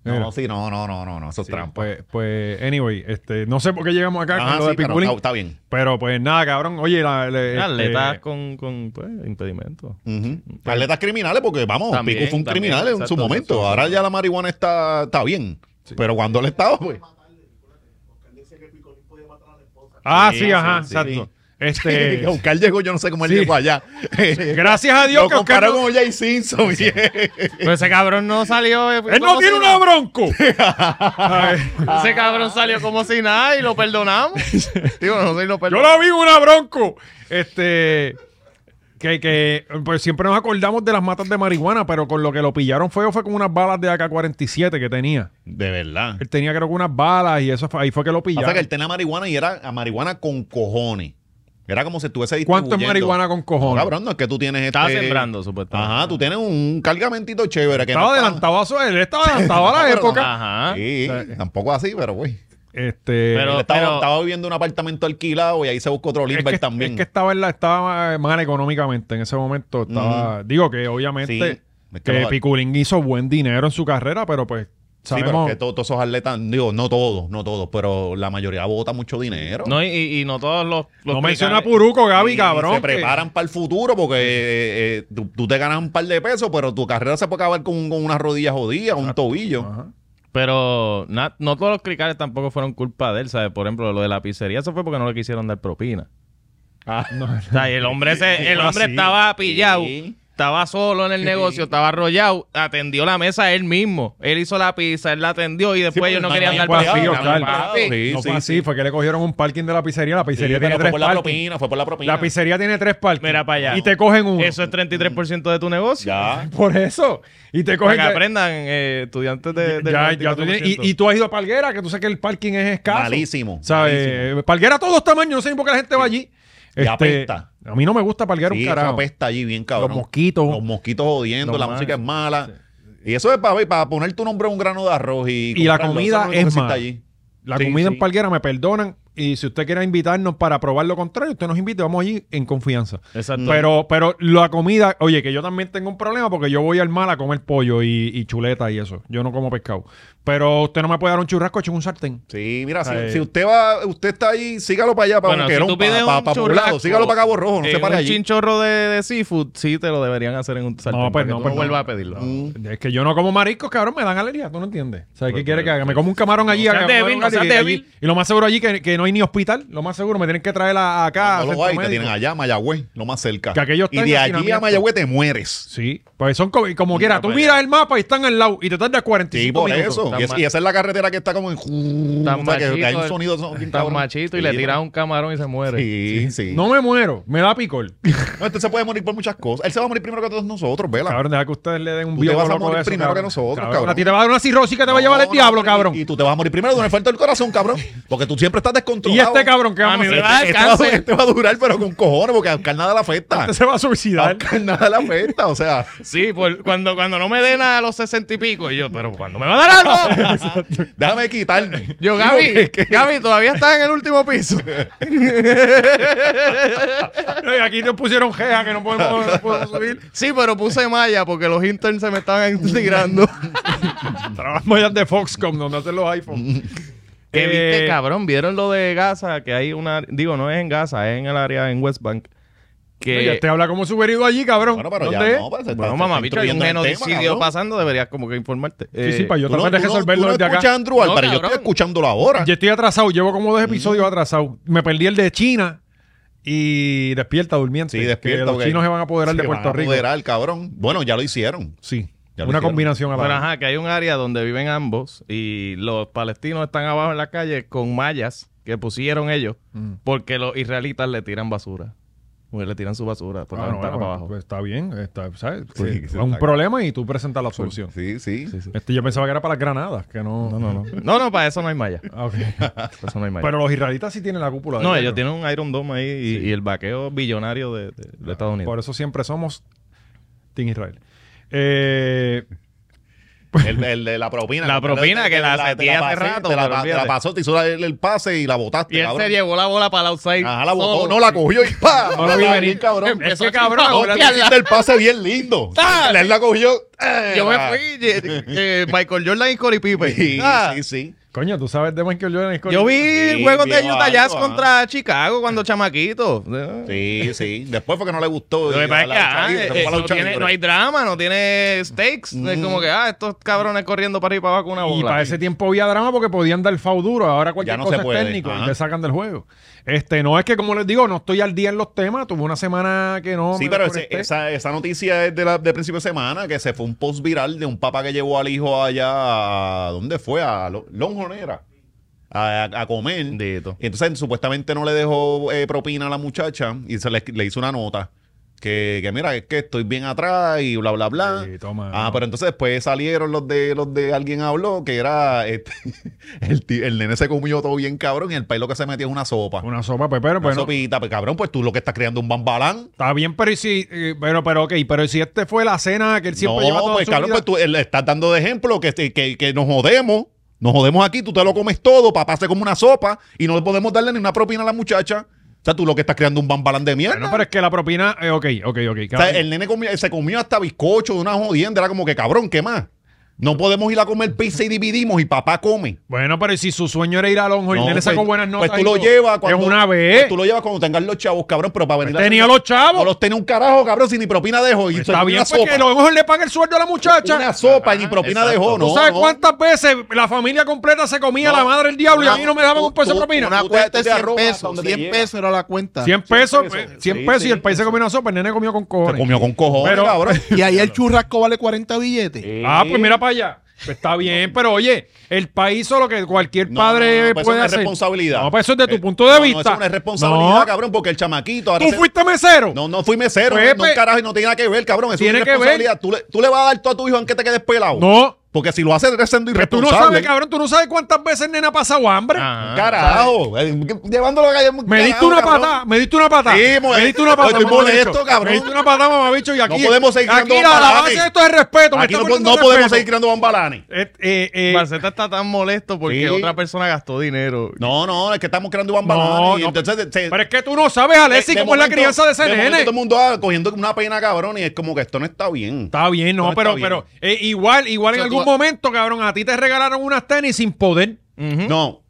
Mira. No, sí, no, no, no, no, no, eso es trampa. Pues, pues, anyway, este, no sé por qué llegamos acá Ajá, con lo sí, de pero Piculín. está- está bien. Pero pues nada, cabrón. Oye, la, le- este, Atletas con, con pues, impedimentos. Ujú. Atletas criminales, porque vamos, También, Pico fue un también, criminal en su exacto, momento. exacto. Ahora ya la marihuana está, está bien. Pero cuando él estaba, pues. Ah, Sí, sí, sí, ajá, sí. *laughs* exacto. Este, que Oscar llegó, yo no sé cómo él Sí. llegó allá. *laughs* gracias a Dios Lo que Oscar comparó no, con O.J. Simpson. Pero ese cabrón no salió. eh, él no como tiene si una bronco. Ay, Ese cabrón salió como si nada y *laughs* lo perdonamos. Digo, no sé si lo Yo perdonamos. la vi en una bronco. Este, que, que pues siempre nos acordamos de las matas de marihuana, pero con lo que lo pillaron fue, fue con unas balas de AK-47 que tenía. De verdad. Él tenía creo que unas balas y eso fue- ahí fue que lo Pasa que pillaron. él tenía marihuana y era a marihuana con cojones. Era como si estuviese ¿Cuánto es distribuyendo. marihuana con cojones? No, cabrón, no es que tú tienes Estaba este- sembrando, supuestamente. Ajá, tú tienes un cargamentito chévere. Que Estaba no está- *laughs* adelantado a su, él estaba adelantado a la Cabrón, época. Ajá. Sí, tampoco así, pero güey. Este, Ah, Pero- Él estaba, pero- estaba viviendo en un apartamento alquilado y ahí se buscó otro es Lindbergh que, también. es que estaba, en la- estaba mal económicamente en ese momento. Estaba, Digo que Sí. obviamente Es que que no- Piculín hizo buen dinero en su carrera, pero pues Sí, pero sabemos... es que to- todos esos atletas, digo, no todos, no todos, pero la mayoría vota mucho dinero. No, y, y- y no todos los. los no menciona a cricales- Puruco, Gaby, Y- y cabrón. que- Se preparan para el futuro porque eh, eh, tú, tú te ganas un par de pesos, pero tu carrera se puede acabar con, un- con una rodilla jodida, un tobillo. Ajá. Pero na- no todos los cricales tampoco fueron culpa de él, ¿sabes? Por ejemplo, lo de la pizzería, eso fue porque no le quisieron dar propina. Ah, O sea, y el hombre, se- el hombre estaba pillado, estaba solo en el negocio, estaba arrollado, atendió la mesa él mismo. Él hizo la pizza, él la atendió y después ellos no no querían hay dar Fue así, empleado, propina. no hay claro. empleado. Sí, no sí, fue así, sí. fue que le cogieron un parking de la pizzería. La Sí, pizzería pero tiene fue tres por la parking. propina, fue por la propina. La pizzería tiene tres parking. Mira para allá. Y te cogen uno. Eso es 33% de tu *laughs* negocio. Ya. Por eso. Y te Para cogen... que aprendan eh, estudiantes de, del Ya, ya tú tienes- y, 94%. y tú has ido a Palguera, que tú sabes que el parking es escaso. Malísimo, ¿Sabes? Palguera a todos tamaños, no sé ni por qué la gente va allí. Este, Y apesta. A mí no me gusta Palguera Sí, un eso carajo. apesta allí bien cabrón. Los mosquitos. Los mosquitos jodiendo, Los la mal- música es mala. Y eso es para, para poner tu nombre en un grano de arroz y, Y la comprarlo. comida Eso lo único es que existe mala. La Sí, comida sí. en Palguera, me perdonan. Y si usted quiere invitarnos para probar lo contrario, usted nos invite, vamos allí en confianza. Exacto. Pero, pero la comida, oye, que yo también tengo un problema porque yo voy al mal a comer pollo y, y chuleta y eso. Yo no como pescado. Pero usted no me puede dar un churrasco hecho en un sartén. Sí, mira, si, Ay. si usted va, usted está ahí, sígalo para allá, para Bueno, si Boquerón, tú para, pides para- un para churrasco, Poblado, sígalo para Cabo Rojo, no eh, se pare un allí. chinchorro de, de seafood, sí te lo deberían hacer en un sartén. No, pues para que no, tú pues no no. vuelvas a pedirlo. Mm. Es que yo no como mariscos, cabrón, me dan alergia, tú no entiendes. O Pues sea, ¿qué quiere que haga? Me como un camarón allí, seas haga- débil, haga un no seas allí, débil. allí. Y lo más seguro allí que, que no hay ni hospital, lo más seguro me tienen que traer a- acá. ah, No a lo centro hay, te médico. tienen allá, Mayagüez, lo más cerca. Que aquello está y en de allí a hacinamiento. Mayagüez te mueres. Sí, pues son como, como quiera. Tú para miras el mapa y están al lado y te tardas Sí, 45 por minutos. eso. Tan Y, es- mal- y esa es la carretera que está como en... Tan o sea, que hay un machito, sonido... son- bien Está cabrón. machito y Sí, le pero- tiras un camarón y se muere. Sí, sí. No. No me muero, me da picor. usted se puede morir por muchas cosas. Él se va a morir primero que todos nosotros, vela. Cabrón, deja que ustedes le den un Tú te biólogo vas a loco morir de eso, primero que nosotros, cabrón. A ti te va a dar una cirrosis que te va a llevar el No, no, diablo, y- cabrón. Y, Y, tú te vas a morir primero de un infarto del corazón, cabrón. Porque tú siempre estás descontrolado. este cabrón que A vamos a mí me hacer? va a dar Este va, cáncer. este va a durar, pero con cojones, porque al nada la afecta. Este se va a suicidar. *laughs* Al *laughs* nada la afecta, o sea. Sí, por, cuando, cuando no me den a los sesenta y pico, y yo, pero cuando me va a dar algo. Déjame quitarme. yo, Gaby, Gaby, todavía estás en el último piso. Y aquí nos pusieron jeja que no podemos, no podemos *laughs* subir. Sí, pero puse malla porque los interns se me estaban *laughs* tirando. Trabajamos ya de Foxcom, donde hacen los Mm, iPhones. ¿Qué viste, Eh, cabrón? ¿Vieron lo de Gaza? Que hay una. Digo, no es en Gaza, es en el área en West Bank. Oye, Que. te habla como sugerido allí, cabrón. Bueno, pero ¿Dónde ya es? no, pues, está- Bueno, está mamá, bicho, hay un instruyendo el tema, genocidio cabrón. pasando, deberías como que informarte. Sí, sí, Eh, para yo Tú no, tratar tú de no- tú resolverlo no desde escuchas a acá. Andrew Alpar, No, yo estoy cabrón. escuchándolo ahora. Yo estoy atrasado, llevo como dos episodios atrasado. Me perdí el de China y despierta durmiente. Sí, despierta. Que los porque- chinos se van a apoderar Sí, de van a Puerto Rico. apoderar, cabrón. Bueno, ya lo hicieron. Sí, Ya lo una hicieron. combinación a la Pero vez. ajá, que hay un área donde viven ambos y los palestinos están abajo en la calle con mallas que pusieron ellos Mm. porque los israelitas le tiran basura. Pues le tiran su basura por la Ah, no, ventana bueno, para abajo. pues está bien, está, ¿sabes? Sí, Sí, sí, es está un bien. problema y tú presentas la solución. Sí, sí. Este, yo pensaba que era para las granadas, que no. No, no, no. No, no, para eso no hay malla. Ah, *laughs* ok. Para eso no hay malla. Pero los israelitas sí tienen la cúpula. de no, hierro. ellos tienen un Iron Dome ahí y, y el vaqueo billonario de, de- de Estados Unidos. Por eso siempre somos Team Israel. Eh, El, el de la propina. La propina, que la te sentí hace pasé, rato, Te pero la, te la olvídate. pasó, te hizo el, el pase y la botaste, y él cabrón. se llevó la bola para el outside. Ajá, la botó. solo. No, la cogió y ¡pa! No la vi Ah, venir. bien, cabrón. Es que, cabrón, No, acuérdate- te hiciste el pase bien lindo. *laughs* ¡Ah! Él la cogió. eh, Yo la- me fui. eh, *laughs* eh, Michael Jordan y Corey Pippen. Sí, Ah. sí, sí. coño, tú sabes de Michael Jordan. y Kobe? Yo vi Sí, juegos de viejo Utah Jazz alto, contra Chicago cuando chamaquito. Sí, sí. Después fue que no le gustó. Lo y que pasa a es que la lucha libre, se fue ah, eh, a la no, lucha tiene- libre. no hay drama, no tiene stakes. Es como que, ah, estos cabrones corriendo para arriba y para abajo con una Y bola. para ese tiempo había drama porque podían dar fau duro. Ahora cualquier Ya no cosa se es puede. técnico y Ajá. te sacan del juego. Este, no es que, como les digo, no estoy al día en los temas. Tuve una semana que no. Sí, me pero ese- desconecté. esa, esa noticia es de, la, de principio de semana, que se fue un post viral de un papá que llevó al hijo allá, a- ¿dónde fue? A Lo- Lonjonera, a, a- a comer. Bendito. Y entonces supuestamente no le dejó eh, propina a la muchacha y se le, le hizo una nota. Que, que mira, es que estoy bien atrás y bla, bla, bla. Sí, toma, ah, no. pero entonces después salieron los de los de alguien habló que era este, *laughs* el, ti- el nene se comió todo bien cabrón y el país lo que se metió es una sopa. Una, Una sopa, pues, pero bueno. sopita, pues cabrón, pues tú lo que estás creando es un bambalán. Está bien, pero y si, eh, pero, pero ok, pero si este fue la cena que él siempre no, lleva toda pues su cabrón, vida? pues tú eh, le estás dando de ejemplo que, que, que este, nos jodemos. Nos jodemos aquí, tú te lo comes todo, papá se come una sopa y no le podemos darle ni una propina a la muchacha. O sea, tú lo que estás creando un bambalán de mierda. Bueno, pero es que la propina. eh, ok, ok, ok. O sea, el nene comió- se comió hasta bizcocho de una jodienda. Era como que, cabrón, ¿qué más? No podemos ir a comer pizza y dividimos y papá come. Bueno, pero si su sueño era ir al Lonjo y el No, nene pues- sacó buenas notas. Pues tú y lo todo, llevas cuando. Es una pues vez. tú lo llevas cuando tengas los chavos, cabrón, pero para venir a- Tenía los chavos. Pues No los tenía un carajo, cabrón, si ni propina dejó. Y se Está comió bien, una porque sopa. Pues, a lo mejor le paga el sueldo a la muchacha. Una sopa y ni propina exacto. dejó, ¿no? ¿Tú sabes no. cuántas veces la familia completa se comía No. la madre del diablo y a mí no me daban un peso de Tú- propina? Una Tú te- cuenta tú es te 100 arrojas hasta pesos. donde 100 te llega. pesos era la cuenta. 100 pesos, pesos. eh, 100 Sí, pesos sí, y el país se comió una sopa, el nene comió con Se cojones. comió con cojones, Pero- *laughs* cabrón. Y ahí el churrasco vale 40 billetes. Ah, pues mira para allá. Pues está bien, pero oye, el país hizo lo que cualquier No, no, no, padre no, pues eso puede no es hacer. responsabilidad. No, pues eso es de tu Eh, punto de no, vista. No, eso no es responsabilidad, No. cabrón, porque el chamaquito. ahora ¿Tú se- fuiste mesero? No, no fui mesero. Pepe. no, un carajo, y no tiene nada que ver, cabrón. Eso es Tiene una que ver. responsabilidad. Tú le, tú le vas a dar todo a tu hijo aunque te quedes pelado. No. Porque si lo haces, eres siendo Pero tú no irresponsable. sabes, cabrón, tú no sabes cuántas veces el nene ha pasado hambre. Ah, Carajo. eh, Llevándolo a calle. Me diste una patada, me diste una patada. Sí, me mujer. diste una patada. Estoy mamabicho. molesto, cabrón. Me diste una patada, mamabicho, y aquí. podemos seguir Aquí la, dando la balanes. base de esto es respeto. me Aquí está no, po- faltando no el podemos respeto. seguir creando bambalanes. Eh, eh, eh, Marceta está tan molesto porque Sí. otra persona gastó dinero. No, no, es que estamos creando bambalanes. no, y no. entonces, se- Pero es que tú no sabes, Alessi, de cómo es la momento- crianza de ese momento nene. Todo el mundo ah, cogiendo una pena, cabrón, y es como que esto no está bien. Está bien, no, No, está pero, bien. pero eh, igual, igual en sea, tú algún ha- momento, cabrón, a ti te regalaron unas tenis sin poder. Ujú. No.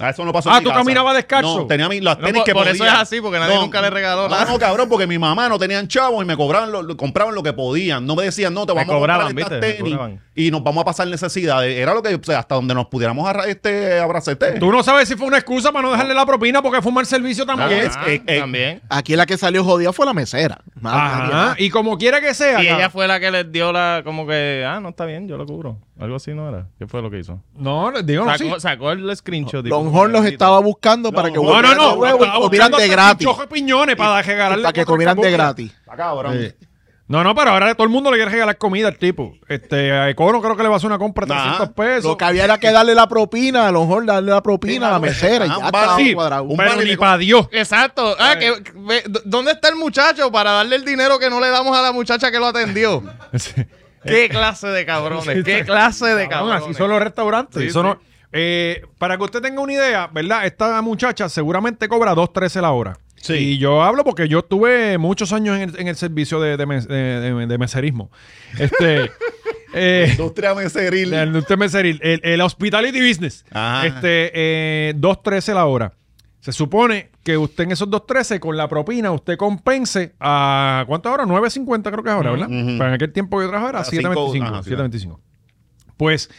a Eso no pasó Ah, en mi tú casa. caminabas descalzo. No, tenía mi- las No, tenis por- que por podía. eso es así, porque nadie nunca le regaló no, Ah, nada. No, cabrón, porque mi mamá no tenían chavos y me cobraban, lo, lo- compraban lo que podían. No me decían, no, te Me vamos a comprar cobraban, estas ¿viste? Me tenis cobraban. y nos vamos a pasar necesidades. Era lo que, o sea, hasta donde nos pudiéramos arra- este, abracete. Tú no sabes si fue una excusa para no dejarle la propina porque fue un mal servicio Ah, también. eh, eh. también. Aquí la que salió jodida fue la mesera. Madre Ajá, mía. y como quiera que sea. Y ella cabrón. fue la que les dio la, como que, ah, no está bien, yo lo cubro. Algo así no era. ¿Qué fue lo que hizo? No, les digo, no, sí. Sacó, sacó el screenshot. y- Longhorn los estaba buscando para que No, no, volvieran no. de nuevo y estaba comieran buscando de hasta gratis. pinchojos piñones para regalarle. Para que cuatro comieran de escapullas. gratis. Está cabrón. Ah, No, no, pero ahora todo el mundo le quiere regalar comida al tipo. Este, a Econo creo que le va a hacer una compra de Ajá. 300 pesos. Lo que había era que darle la propina, a Longhorn darle la propina a la Sí, mesera. y ah, Ya vale, estaba sí, cuadrado. un pero vale ni de- para Dios. *laughs* Exacto. Ah, que, que- ve- d- ¿Dónde está el muchacho para darle el dinero que no le damos a la muchacha que lo *laughs* atendió? ¿Qué clase de cabrones? ¿Qué clase de Cabrón, cabrones? así son los restaurantes. Sí, eso sí. no- Eh, para que usted tenga una idea, ¿verdad? Esta muchacha seguramente cobra 2.13 la hora. Sí. Y yo hablo porque yo estuve muchos años en el, en el servicio de, de mes- de- de- de meserismo. *laughs* Este. eh, Industria *laughs* meseril. la industria meseril, el, el hospitality business. Ajá. Este, eh, 2.13 la hora. Se supone que usted en esos 2.13 con la propina usted compense a ¿cuánto ahora? 9.50 creo que es ahora, ¿verdad? Ujú. Pero en aquel tiempo que yo trabajaba era A cinco, 7.25, ajá, sí, 7.25. Pues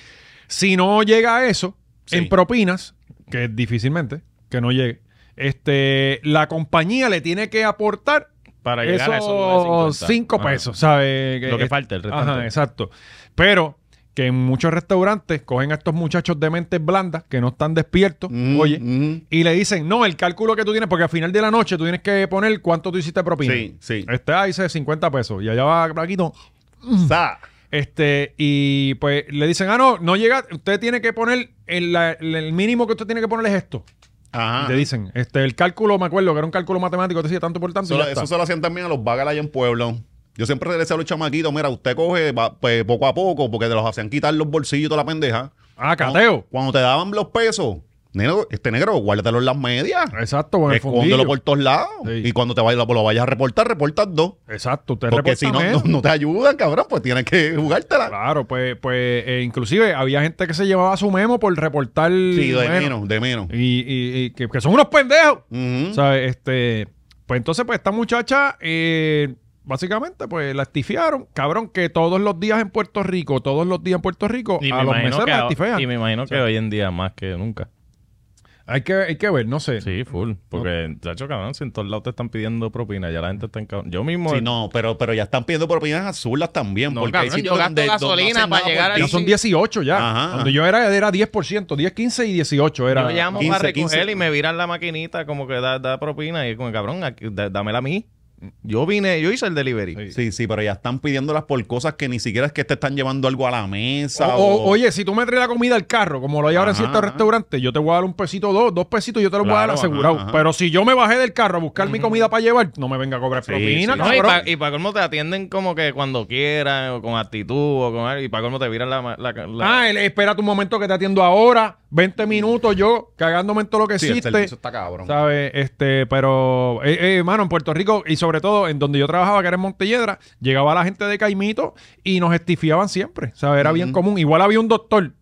si no llega a eso Sí. en propinas, que difícilmente que no llegue, este la compañía le tiene que aportar Para llegar a esos esos 9.50. Ah. 5 Ajá. pesos, Este, ¿sabes? Lo que falta, el restante. Ajá, exacto. Pero que en muchos restaurantes cogen a estos muchachos de mentes blandas que no están despiertos, Mm, oye, mm. y le dicen, no, el cálculo que tú tienes, porque al final de la noche tú tienes que poner cuánto tú hiciste propina. Sí, sí. Este ahí dice 50 pesos y allá va Plaquito. Mm. Sa. Este, y pues le dicen, ah, no, no llega, usted tiene que poner, el, la- el mínimo que usted tiene que poner es esto. Ajá. Y te dicen, este, el cálculo, me acuerdo que era un cálculo matemático, te decía tanto por tanto. Eso, y ya eso está. se lo hacían también a los vagal allá en Pueblo. Yo siempre le decía a los chamaquitos, mira, usted coge va, pues, poco a poco, porque te los hacían quitar los bolsillos y toda la pendeja. Ah, Cuando, cateo. cuando te daban los pesos, negro, este negro, guárdatelo en las medias. Exacto, con el Escóndelo fundillo. por todos lados. Sí. Y cuando te vayas, lo vayas a reportar, reportas dos. Exacto, usted Porque si no, reporta no, menos. no te ayudan, cabrón, pues tienes que jugártela. Claro, pues, pues eh, inclusive había gente que se llevaba su memo por reportar. Sí, de menos. menos, de menos. Y, y- y que, que son unos pendejos. Ujú. ¿Sabes? Este, pues entonces, pues esta muchacha, eh, básicamente, pues la estifiaron. Cabrón, que todos los días en Puerto Rico, todos los días en Puerto Rico, Y me, a los imagino meseros que, la ahora- estifean. y me imagino que hoy en día más que nunca. Hay, que, hay que ver, no sé. Sí, full. Porque, chacho, cabrón, si en todos lados te están pidiendo propina, ya la gente está en cabrón. Yo mismo. Sí, no, pero, pero ya están pidiendo propinas azulas también. No, porque cabrón, hay sitios yo gasto donde- donde no hacen gasolina para nada por llegar ti. Ya son 18 ya. Ajá. Cuando yo era, era 10%, 10, 15 y 18 era. yo llamo 15, para recoger 15. y me viran la maquinita como que da, da propina y con el cabrón, aquí, da- dámela a mí. Yo vine, yo hice el delivery. Sí, sí, pero ya están pidiéndolas por cosas que ni siquiera es que te están llevando algo a la mesa. O- o- oye, si tú me traes la comida al carro, como lo hay ahora en Ajá. ciertos restaurantes, yo te voy a dar un pesito, dos, dos pesitos, yo te los voy a dar Claro, ajá, asegurado. ajá. Pero si yo me bajé del carro a buscar mi comida para llevar, no me venga a cobrar Sí, propina, sí. No, y cabrón. para colmo te atienden como que cuando quieran, o con actitud, o con algo, y para colmo te viran la... ma- la- la- Ah, el- espera tu momento que te atiendo ahora, 20 minutos yo cagándome en todo lo que Sí, el existe. servicio está cabrón. ¿Sabes? Este, pero, eh, eh, mano, en Puerto Rico y sobre todo en donde yo trabajaba, que era en Montelledra, llegaba la gente de Caimito y nos estifiaban siempre. ¿Sabes? Era bien Ujú. común. Igual había un doctor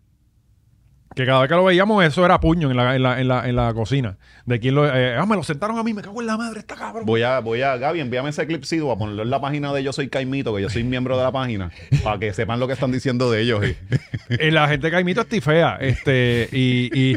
que cada vez que lo veíamos, eso era puño en la, en la, en la, en la cocina. De quien lo. eh, ah, me lo sentaron a mí, me cago en la madre, está cabrón. Voy a, voy a, Gaby, envíame ese clipcito a ponerlo en la página de Yo Soy Caimito, que yo soy miembro de la página, para que sepan lo que están diciendo de ellos. eh. Eh, la gente de Caimito estifea. Este, y. *laughs* y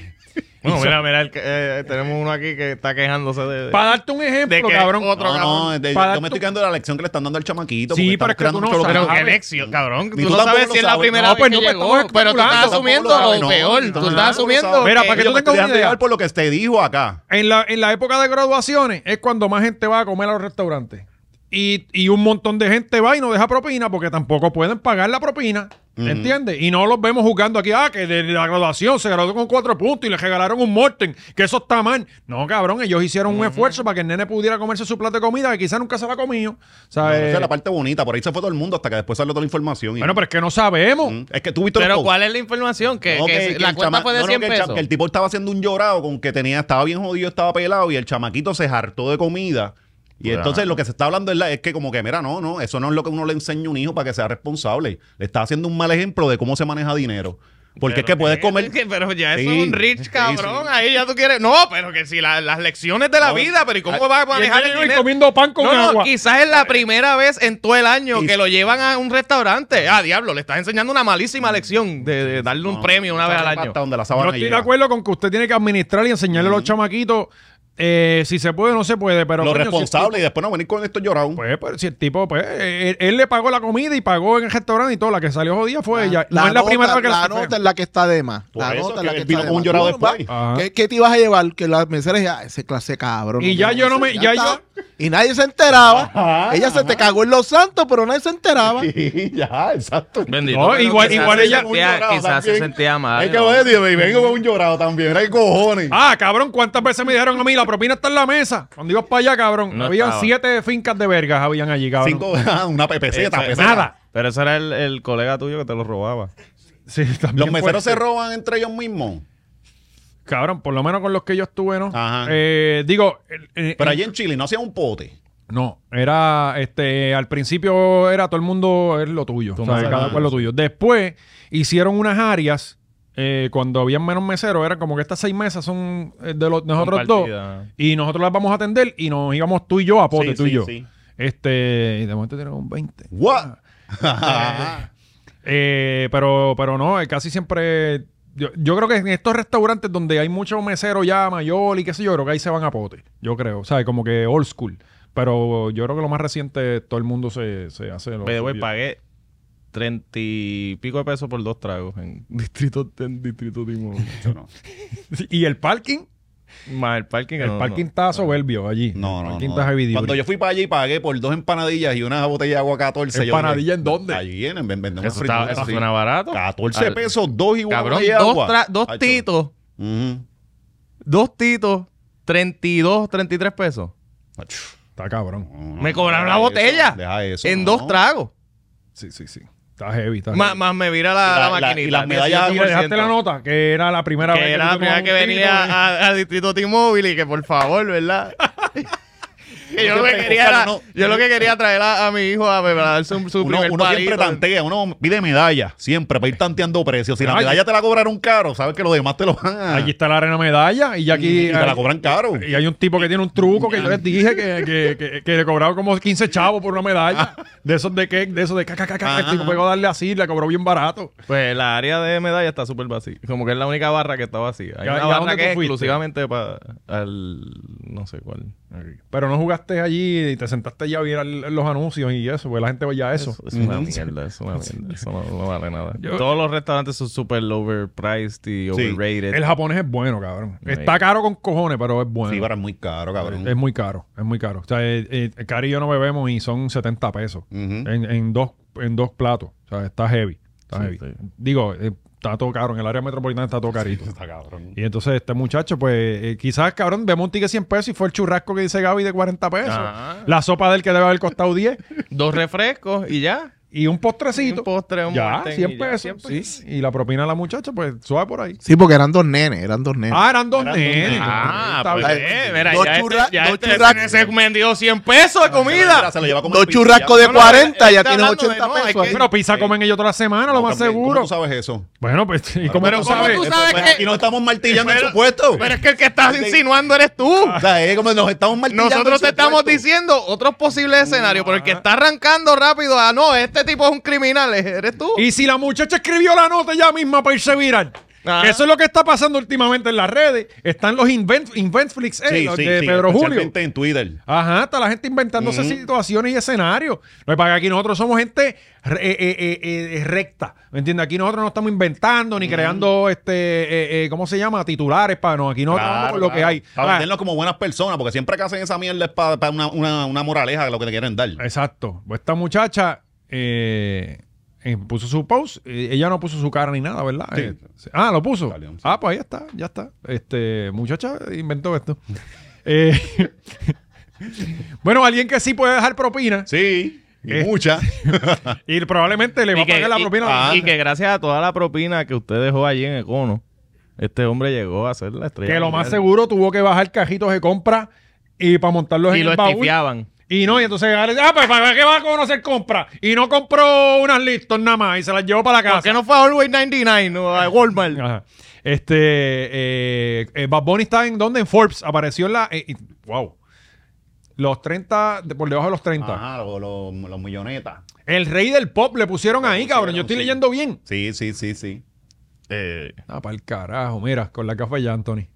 Bueno, mira, mira, el que- eh, tenemos uno aquí que está quejándose de... de- para darte un ejemplo, de que cabrón. *laughs* otro No, cabrón. no, de- Para yo me tú- estoy quedando la lección que le están dando al chamaquito. Sí, porque pero están es que creando tú no mucho los- sabes. Pero qué Sabes. lección, cabrón. Tú, Ni tú no tampoco sabes lo si es la sabes. primera No, vez pues que no, pues llegó, estamos pero tú especulando, estás tampoco asumiendo lo sabes, lo no, peor. Tú tampoco estás lo sabes. asumiendo... Mira, que- para que tú Yo tengas me estoy una dejando idea. llevar por lo que te dijo acá. En la, en la época de graduaciones es cuando más gente va a comer a los restaurantes. Y, y un montón de gente va y no deja propina porque tampoco pueden pagar la propina. ¿Entiendes? Y no los vemos jugando aquí. Ah, que de la graduación se graduó con cuatro puntos y le regalaron un Morten, que eso está mal. No, cabrón, ellos hicieron un esfuerzo para que el nene pudiera comerse su plato de comida que quizás nunca se la comido. No, esa ¿sabes? es la parte bonita, por ahí se fue todo el mundo hasta que después salió toda la información. y- bueno, pero es que no sabemos. Mm, es que tú viste los Pero posts. ¿cuál es la información? Que, No, que que- se- que la el cuenta chama- fue de no, no, 100 que el cha- pesos. que el tipo estaba haciendo un llorado con que tenía, estaba bien jodido, estaba pelado y el chamaquito se hartó de comida. Y Claro. entonces lo que se está hablando es, la- es que como que, mira, no, no, eso no es lo que uno le enseña a un hijo para que sea responsable. Le está haciendo un mal ejemplo de cómo se maneja dinero. Porque es que puedes comer... que- *laughs* pero ya eso Sí, es un rich sí, cabrón. sí. Ahí ya tú quieres. No, pero que si la- las lecciones de la No, vida, pero ¿y cómo ay, este vas a Y manejar el el nene dinero? comiendo pan con no, no, agua. quizás es la primera vez en todo el año Y- que lo llevan a un restaurante. Ah, diablo, le estás enseñando una malísima lección de, de darle un Mm. No, premio una vez al año. Hasta donde la Yo sábana estoy llega. de acuerdo con que usted tiene que administrar y enseñarle a los chamaquitos eh, si se puede o no se puede. Pero Lo coño, si el responsable y después no venir con esto llorado. Pues, pero si el tipo, pues, él, él le pagó la comida y pagó en el restaurante y todo, la que salió jodida fue ella. no es la nota- primera vez que la la nota es la que está de más. Por La eso, nota que es él la que vino está de con un más. llorado Tú vas- después. *laughs* Ajá. ¿Qué, qué te ibas a llevar? Que la mesera decía, "Ah, ese clase cabrón. Ah. Y no ya tiene yo no que me- ser". ya está. yo- Y nadie se enteraba. Ajá, Ella se te cagó en los santos, pero nadie se enteraba. Sí, ya, exacto. Bendito. No, pero igual- quizás igual se ella- sentía- llorado quizás se también. sentía mal. Hay que ¿no? ver, tío, y vengo con un llorado también. Mira, hay cojones. Ah, cabrón, ¿cuántas veces me dijeron a mí la propina está en la mesa? Cuando ibas para allá, cabrón, No habían estaba. siete fincas de vergas, habían allí, cabrón. Cinco, *laughs* ah, una pepeceta, Eso es- peseta. Nada. Pero ese era el, el colega tuyo que te lo robaba. Sí, *laughs* también Los puede meseros ser. se roban entre ellos mismos. Cabrón, por lo menos con los que yo estuve, ¿no? Ajá. Eh, digo, el- eh, Pero allí en Chile no hacían un pote. No, era, este, al principio era todo el mundo es lo tuyo, Tú o sea, más cada grande. cual lo tuyo. Después hicieron unas áreas, eh, cuando habían menos meseros, eran como que estas seis mesas son eh, de los, nosotros dos, Compartidas. y nosotros las vamos a atender y nos íbamos tú y yo a pote, Sí, tú y sí, yo. sí. Este, y de momento tienen un 20. *laughs* What? *laughs* Eh, pero, pero no, eh, casi siempre. Yo, yo creo que en estos restaurantes donde hay muchos meseros ya mayor y qué sé yo, creo que ahí se van a pote. Yo creo, o sea, como que old school. Pero yo creo que lo más reciente, todo el mundo se, se hace. Lo By the way, suyo. pagué treinta y pico de pesos por dos tragos en *laughs* Distrito, en distrito Timón. y el parking, Más el parking. que el no- parking no. está soberbio allí. No, El no, parking no. está heavy duty. Cuando yo fui para allí pagué por dos empanadillas y una botella de agua 14. yo ¿Empanadilla dije, en dónde? Allí en, en, en, en una Eso, fritura, está, eso sí. suena barato. 14 Al- pesos, dos y una Cabrón, botella de dos, agua. tra- dos Hacho. titos. Ujú. Dos titos. 32, 33 pesos. Hacho. Está cabrón. No, no, me cobraron deja la botella. eso, deja eso, en no. dos tragos. Sí, sí, sí. Está heavy. Está Más, heavy. más me vira la, la Y la- la- maquinita. y las medallas- Y le dejaste la nota, que era la primera vez. Que era tú la te primera tomabas que un venía tiro, ¿eh? a, a Distrito T-Mobile y que por favor, ¿verdad? *laughs* que yo, lo que Siempre, quería era- Oscar, no. yo lo que quería traer a, a mi hijo a, beber- a darse un, su Uno, primer uno siempre palito. tantea, uno pide medalla, siempre para ir tanteando precios. Si la Ay. medalla te la cobraron caro, sabes que los demás te lo van a. Allí está la arena medalla y ya aquí. y te la ahí- cobran caro. Y hay un tipo que tiene un truco que yo les dije que, que, que- que le cobraba como 15 chavos por una medalla. De esos de que, de esos de caca, caca. El tipo pegó a darle así, le cobró bien barato. Pues la área de medalla está súper vacía. Como que es la única barra que está vacía. Hay ¿Y a- y una a barra dónde que tú es fuiste? exclusivamente para al no sé cuál. Pero no jugaste llegaste allí y te sentaste allí a ver al- los anuncios y eso, porque la gente veía eso. Es una mierda, es una mierda. Eso no, no vale nada. Yo- Todos los restaurantes son super overpriced y overrated. El japonés es bueno, cabrón. Right. Está caro con cojones, pero es bueno. Sí, pero es muy caro, cabrón. Es muy caro, es muy caro. O sea, eh, eh, Cari y yo no bebemos y son 70 pesos Ujú. en, en dos, en dos platos. O sea, está heavy. Está Sí, heavy. sí. Digo, eh, está todo caro. En el área metropolitana está todo carito. Está cabrón. Y entonces este muchacho, pues eh, quizás, cabrón, vemos un ticket 100 pesos y fue el churrasco que dice Gaby de 40 pesos. Ajá. La sopa del que debe haber costado 10 Dos refrescos y ya. y un Un postrecito. postre, un ya, Martén 100 y ya, pesos. 100 sí. Y la propina a la muchacha, pues suave por ahí. Sí, porque eran dos nenes, eran dos nenes. Ah, eran dos Eran dos nenes. nenes. Ah, Está pues, bien. eh, mira, Dos ya, churra- este, ya dos este churra- nene se vendió 100 pesos de comida. Se lo lleva como Dos el piso, churrascos ya. de No, 40, ya está tienes hablando de 80 no, pesos. es que- ahí. Pero pizza comen ellos toda la semana, lo más pues, también, ¿Cómo seguro. tú sabes eso? Bueno, pues, ¿y cómo Pero tú ¿cómo sabes? Pues tú sabes que- Aquí nos estamos martillando Pero- el supuesto. Pero es que el que estás insinuando eres tú. O sea, es como nos estamos martillando Nosotros el te estamos supuesto. diciendo otros posibles escenarios, pero el que está arrancando rápido, ah, no, este tipo es un criminal, eres tú. Y si la muchacha escribió la nota ella misma para irse viral. Ajá. Ah. Que Eso es lo que está pasando últimamente en las redes. Están los invent- Inventflix, eh, Sí, los sí, de sí, Pedro Julio. especialmente en Twitter. Ajá, está la gente inventándose situaciones y escenarios. No es para que aquí nosotros somos gente re- eh, eh, eh, eh, recta. ¿Me entiendes? Aquí nosotros no estamos inventando ni creando, este, eh, eh, ¿cómo se llama? Titulares para no. Aquí nosotros vamos Claro, con lo que claro. hay. Para Ah, venderlos como buenas personas, porque siempre que hacen esa mierda es para una, una, una moraleja lo que te quieren dar. Exacto. Pues Esta muchacha eh, eh, puso su post. eh, ella no puso su cara ni nada, ¿verdad? Sí. Eh, ah, lo puso. Salió, sí. Ah, pues ahí está, ya está. Este muchacha inventó esto. *laughs* Eh, bueno, alguien que sí puede dejar propina Sí, y Eh. *laughs* mucha. *laughs* y probablemente le va a pagar la y- ah, propina. a la y muchacha. que gracias a toda la propina que usted dejó allí en Econo, este hombre llegó a ser la estrella. que lo más mundial. seguro tuvo que bajar cajitos de compra y para montarlos Y en lo el baúl. estifiaban. Y no, y entonces ahora dice, ah, pues para qué va a conocer compra. Y no compró unas listas nada más y se las llevó para la casa. ¿Por qué no fue a Always 99 o a Walmart? Ajá. Este, eh, eh, Bad Bunny está en donde? En Forbes. Apareció en la. eh, y- wow. Los 30, de- por debajo de los 30. Ajá, los los- Ah, los millonetas. El rey del pop le pusieron ahí, cabrón. Yo estoy sí. leyendo bien. Sí, sí, sí, sí. Eh, Ah, para el carajo, mira, con la café ya, Anthony.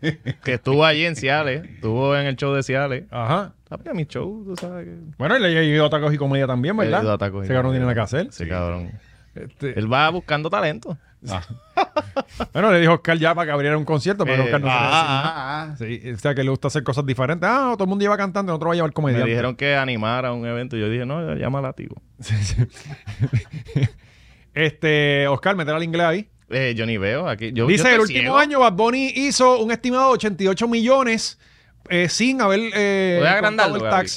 Que estuvo allí en Ciales, estuvo en el show de Ciales. Ajá. Sabes mi show, tú sabes que... Bueno, y le llegó a Tacos y Comedia también, ¿verdad? Ayuda a Taco Ese cabrón tiene nada Jiménez. que hacer. Sí, cabrón. Este, Él va buscando talento. bueno, le dijo a Oscar ya para que abriera un concierto, pero Eh, Oscar no se ah, lo hace. ah, ah. Sí, o sea, que le gusta hacer cosas diferentes. Ah, todo el mundo lleva cantando, nosotros va a llevar Me comedia. dijeron que animara un evento y yo dije, no, llama a Latigo. Este, Oscar, meter al inglés ahí. Eh, yo ni veo aquí. Yo, Dice, yo estoy el último ciego. año Bad Bunny hizo un estimado de 88 millones eh, sin haber eh, Voy a agrandarlo, contado Gaby.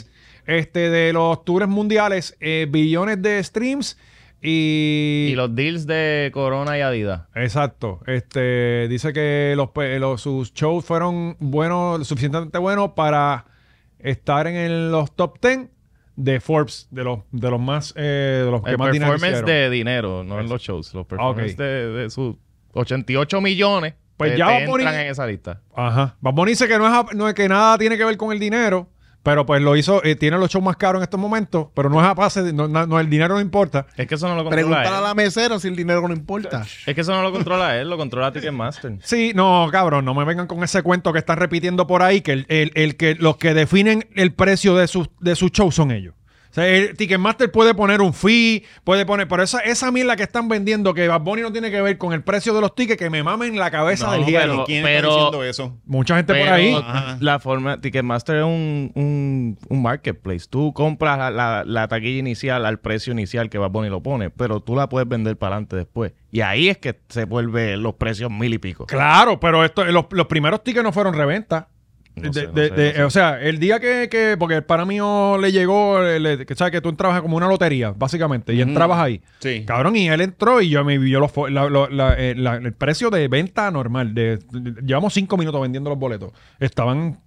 este, de los tours mundiales, eh, billones de streams y... Y los deals de Corona y Adidas. Exacto. Este, dice que los, pe- los- sus shows fueron buenos, lo suficientemente buenos para estar en el- los top 10 de Forbes, de los, de los más... eh, de los que El más dinero performance hicieron. Ah, de dinero, no en los shows. Los performances ok. de, de sus 88 millones Pues eh, ya te va a entran poner- en esa lista. Ajá. Bad Bunny dice que no es, ap- no es que nada tiene que ver con el dinero, pero pues lo hizo, eh, tiene los shows más caros en estos momentos, pero no es a base de- no, no- no, el dinero no importa. Es que eso no lo controla eh. Preguntar él. a la mesera si el dinero no importa. Es que eso no lo controla él, lo controla Ticketmaster. Sí, no, cabrón, no me vengan con ese cuento que están repitiendo por ahí, que el, el- el que los que definen el precio de sus de sus shows son ellos. O sea, el Ticketmaster puede poner un fee, puede poner, pero esa, esa mierda que están vendiendo que Bad Bunny no tiene que ver con el precio de los tickets, que me mamen la cabeza No, del pero- diablo. ¿Quién pero- está diciendo eso? Mucha gente por Pero ahí. Ajá. La forma, Ticketmaster es un, un, un marketplace. Tú compras la, la- la taquilla inicial al precio inicial que Bad Bunny lo pone, pero tú la puedes vender para adelante después. Y ahí es que se vuelve los precios mil y pico. Claro, pero esto, los, los primeros tickets no fueron reventa. No De- sé, no de- sé, de- no sé. O sea, el día que, que porque el pana mío le llegó, le- que sabes que tú entrabas como una lotería, básicamente, y entrabas ahí. Sí. Cabrón, y él entró y yo me vio los, fo- la- lo- la- eh, la- el precio de venta normal. De, de- llevamos cinco minutos vendiendo los boletos. Estaban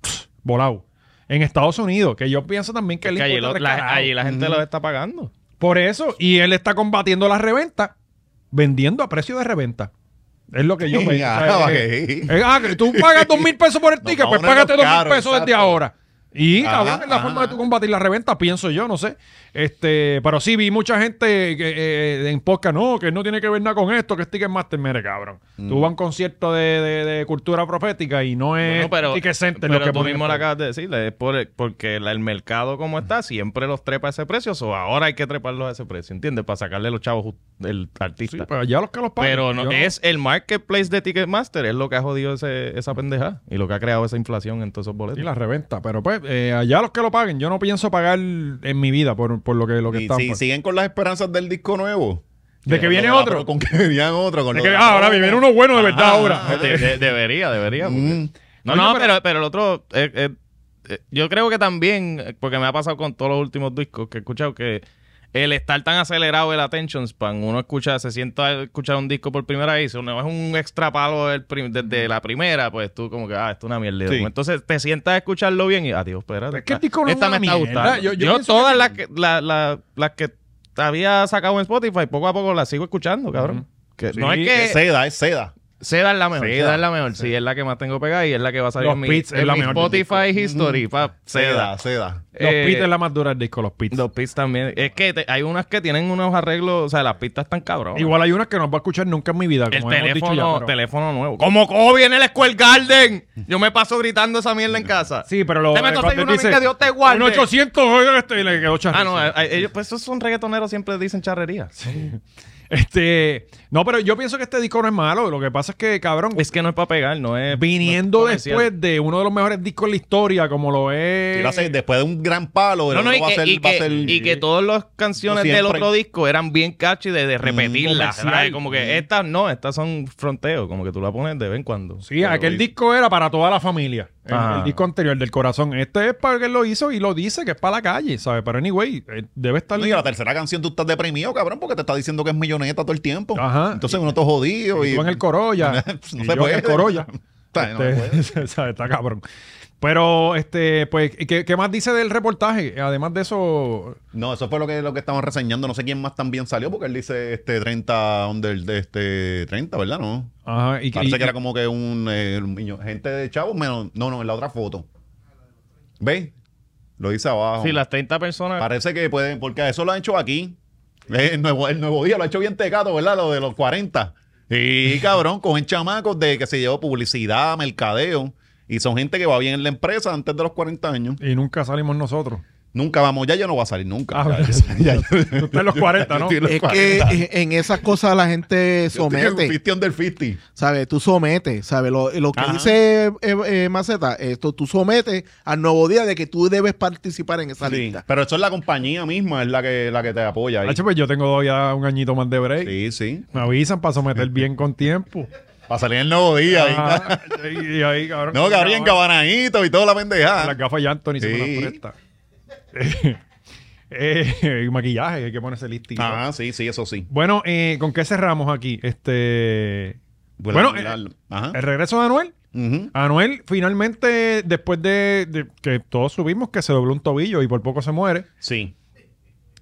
pff, volados. En Estados Unidos, que yo pienso también que, Es él que allí, importa tres lo- la- carajos. allí la gente los está pagando. Por eso, y él está combatiendo la reventa, vendiendo a precio de reventa. Es lo que *laughs* yo veo. O sea, Ah, eh, ok. eh, ah, que tú pagas dos mil pesos por el Nos ticket, pues vamos a poner págate dos mil caro, pesos desde exacto. ahora. Y Ajá, cabrón, es la ajá. forma de tú combatir la reventa, pienso yo, no sé. Este, pero sí vi mucha gente que, eh, en podcast, no, que no tiene que ver nada con esto, que es Ticketmaster, mire, cabrón. Mm. Tú vas a un concierto de, de- de cultura profética y no es Bueno, pero, Eh, Ticket Center pero lo que tú ponen mismo esto. lo acabas de decir, es por- porque la- el mercado como está siempre los trepa a ese precio, o ahora hay que treparlos a ese precio, ¿entiendes? Para sacarle los chavos just- del Sí, artista. pero pero ya los que los pagan. no, eh, Yo es el marketplace de Ticketmaster, es lo que ha jodido ese- esa pendeja y lo que ha creado esa inflación en todos esos boletos. Sí, la reventa. Pero pues, eh, allá los que lo paguen. Yo no pienso pagar en mi vida por, por lo que, lo que Y están. si por- siguen con las esperanzas del disco nuevo. De que Con viene lo la- otro. Con que *laughs* venían otro. Con De lo que- la- ah, ahora viene uno bueno Ah, de verdad Ajá, ahora. ajá. Ah, De- de- debería, debería. porque- Mm. No, Oye, no, pero- pero, pero el otro, eh, eh, eh, yo creo que también, eh, porque me ha pasado con todos los últimos discos que he escuchado, que el estar tan acelerado el attention span, uno escucha, se sienta a escuchar un disco por primera vez, y si uno es un extra palo del prim- desde la primera, pues tú como que, ah, esto es una mierda. Sí. Entonces te sientas a escucharlo bien y, adiós, espérate. Es que el esta- disco no es esta una me está mierda. gustando. Yo- Yo, yo pienso todas que- las, que, la- la- las que había sacado en Spotify, poco a poco las sigo escuchando, cabrón. Que- no Sí, Es es que seda, es seda. Seda es la mejor. Seda. Seda, es la mejor. Sí, es la que más tengo pegada y es la que va a salir Los en mi, Pits es en la mi mejor del Spotify History. Pa, Seda, seda. seda. Los Eh, pits es la más dura del disco, los pits. Los Pits también. Eh, Es que te- hay unas que tienen unos arreglos. O sea, las pistas están cabrón. Igual hay unas que no va a escuchar nunca en mi vida. El Como hemos dicho teléfono, ya, pero- teléfono nuevo. Como Kobe en el Square Garden. *laughs* Yo me paso gritando esa mierda en casa. Sí, pero lo. Te meto eh, cuando 619, dice, que Dios te guarde. Un 800, oiga, este, y le quedó charrito. Ah, no. eh, eh, ellos, pues esos son reggaetoneros siempre dicen charrería. Este. No, pero yo pienso que este disco no es malo. Lo que pasa es que, cabrón. Es que no es para pegar, no es. viniendo no es comercial. después de uno de los mejores discos en la historia, como lo Si es. lo hace después de un gran palo, el Eh. No, no, otro y va a que, ser- y va a que- ser- y que todas las canciones Siempre. Mm, del otro disco eran bien catchy de, de repetirlas. comercial. ¿sabes? Como que estas no, estas son fronteos, como que tú la pones de vez en cuando. Sí, aquel disco era para toda la familia. El, Ajá. el disco anterior del corazón. Este es para el que lo hizo y lo dice que es para la calle, ¿sabes? Pero anyway, eh, debe estar. No, y la tercera canción tú estás deprimido, cabrón, porque te está diciendo que es milloneta todo el tiempo. Ajá. Entonces uno está jodido. Y, Tú en *laughs* el Corolla. no y se yo en puede. el Corolla. *laughs* Está, no se puede. Este, ¿sabes? *laughs* Está cabrón. Pero, este, pues, ¿qué, qué más dice del reportaje? Además de eso, No, eso fue lo que, lo que estaban reseñando. No sé quién más también salió, porque él dice este 30 under de este 30, ¿verdad? No. ajá, y, Parece y- que era como que un eh, un niño- gente de chavos, menos. No, no, en la otra foto. ¿Ves? Lo dice abajo. Sí, las 30 personas. Parece que pueden, porque eso lo han hecho aquí. Eh, El nuevo, el nuevo día lo ha hecho bien tecado, ¿verdad? Lo de los 40. Y cabrón, cogen chamacos de que se llevó publicidad, mercadeo. Y son gente que va bien en la empresa antes de los 40 años. y nunca salimos nosotros. Nunca vamos, ya yo no voy a salir nunca. Ah, Ya, verdad. ya- ya- Tú estás en los 40, ¿no? Yo estoy en los Es 40. que en- en esas cosas la gente Yo estoy en el somete. 50 under 50. ¿Sabes? Tú sometes, ¿sabes? Lo, lo que Ajá. dice eh, eh, Maceta, esto tú sometes al nuevo día de que tú debes participar en esa Sí, lista. Pero eso es la compañía misma, es la que, la que te apoya. Ahí. Hacho, pues yo tengo todavía un añito más de break. Sí, sí. Me avisan para someter bien con *laughs* tiempo. Para salir en el nuevo día. ahí. Ajá. y, y ahí, Ah, cabrón. *laughs* No, Gabriel, en cabanadito y toda la pendejada. Las gafas ya Anthony se me Sí. las presta. Eh, *laughs* eh, maquillaje, hay que ponerse listito. Ajá, Ah, sí, sí, eso sí. Bueno, eh, ¿con qué cerramos aquí? Este. Bueno, eh, ajá. el regreso de Anuel. Ujú. Anuel finalmente, después de, de que todos subimos que se dobló un tobillo y por poco se muere, Sí.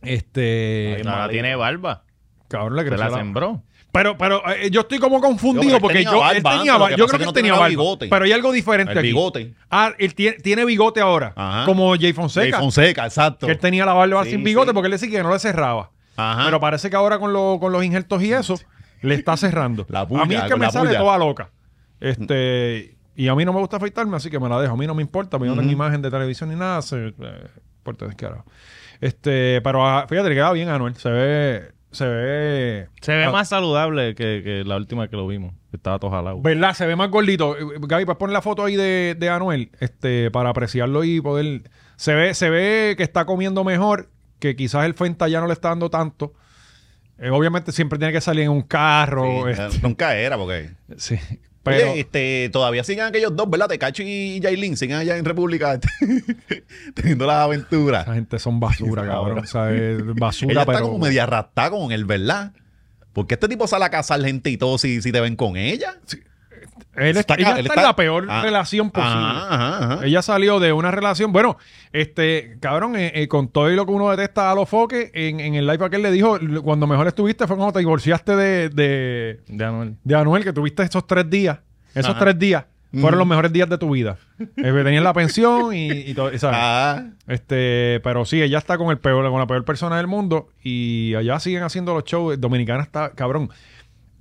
este, No, no tiene barba. cabrón le Se creció la la- sembró. Pero, pero eh, yo estoy como confundido Yo, pero él porque tenía yo, él barba tenía antes, lo barba. que Yo creo pasa es que que él no tenía tenía barba. bigote. Pero hay algo diferente El aquí. bigote. Ah, él tiene, tiene bigote ahora, Ajá. como Jay Fonseca. De Fonseca, exacto. Que él tenía la barba Sí, sin bigote sí. porque él decía que no le cerraba. Ajá. Pero parece que ahora con, lo- con los injertos y eso, le está cerrando. *laughs* La bulla, a mí es que con me la sale bulla. toda loca. Este, y a mí no me gusta afeitarme, así que me la dejo. A mí no me importa, porque yo no tengo imagen de televisión ni nada. Se, eh, importa descarado. Este, pero ah, fíjate, le queda bien a Anuel. Se ve, se ve. Se ve Ah. más saludable que, que la última que lo vimos. que Estaba todo jalado. ¿Verdad? Se ve más gordito. Eh, Gaby, pues pon la foto ahí de, de Anuel este, para apreciarlo y poder... Se ve, se ve que está comiendo mejor, que quizás el Fenta ya no le está dando tanto. Eh, obviamente siempre tiene que salir en un carro. Sí, este, eh, Nunca era, porque. *laughs* sí. Pero Oye, este, todavía siguen aquellos dos, ¿verdad? Tecacho y Yailin, siguen allá en República *laughs* este, teniendo las aventuras. esa gente son basura, cabrón. O sea, es basura, *laughs* Ella está pero... como media rastada con él, ¿verdad? Porque este tipo sale a casar gente y todo si, si te ven con ella. Él está, ca- ella él está está- en la peor Ah, relación posible. Ajá, Ah, ajá, ajá. pues Ella salió de una relación. Bueno, este, cabrón, eh, eh, con todo y lo que uno detesta a los foques, en, en el live aquel le dijo: "L- cuando mejor estuviste fue cuando te divorciaste de, de, De Anuel. de Anuel, que tuviste esos tres días. Esos Ajá. tres días. Fueron los mejores días de tu vida. Eh, tenías la pensión y, y todo, y, ¿sabes? Ah, Este, pero sí, ella está con el peor, con la peor persona del mundo y allá siguen haciendo los shows. Dominicana está, cabrón.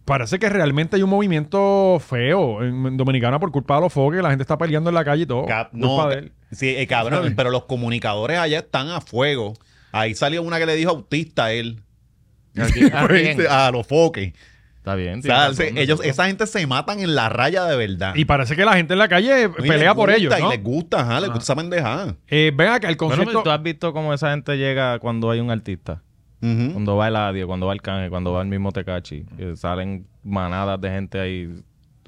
Parece que realmente hay un movimiento feo en Dominicana por culpa de los foques. La gente está peleando en la calle y todo. cap- culpa no, de él. sí, eh, cabrón, pero los comunicadores allá están a fuego. Ahí salió una que le dijo autista a él. Ah, Pues, a los foques. Está bien. O sea, tiene se- razón, ellos, nosotros- esa gente se matan en la raya de verdad. Y parece que la gente en la calle No, y pelea les por gusta, ellos, Y ¿no? Ah. les gusta, ajá, les gusta esa pendejada. Eh, ven acá, el Bueno, concierto... pero tú has visto cómo esa gente llega cuando hay un artista. Ujú. Cuando va el Adio, cuando va el Canje, cuando va el mismo Tecachi. que Salen manadas de gente ahí.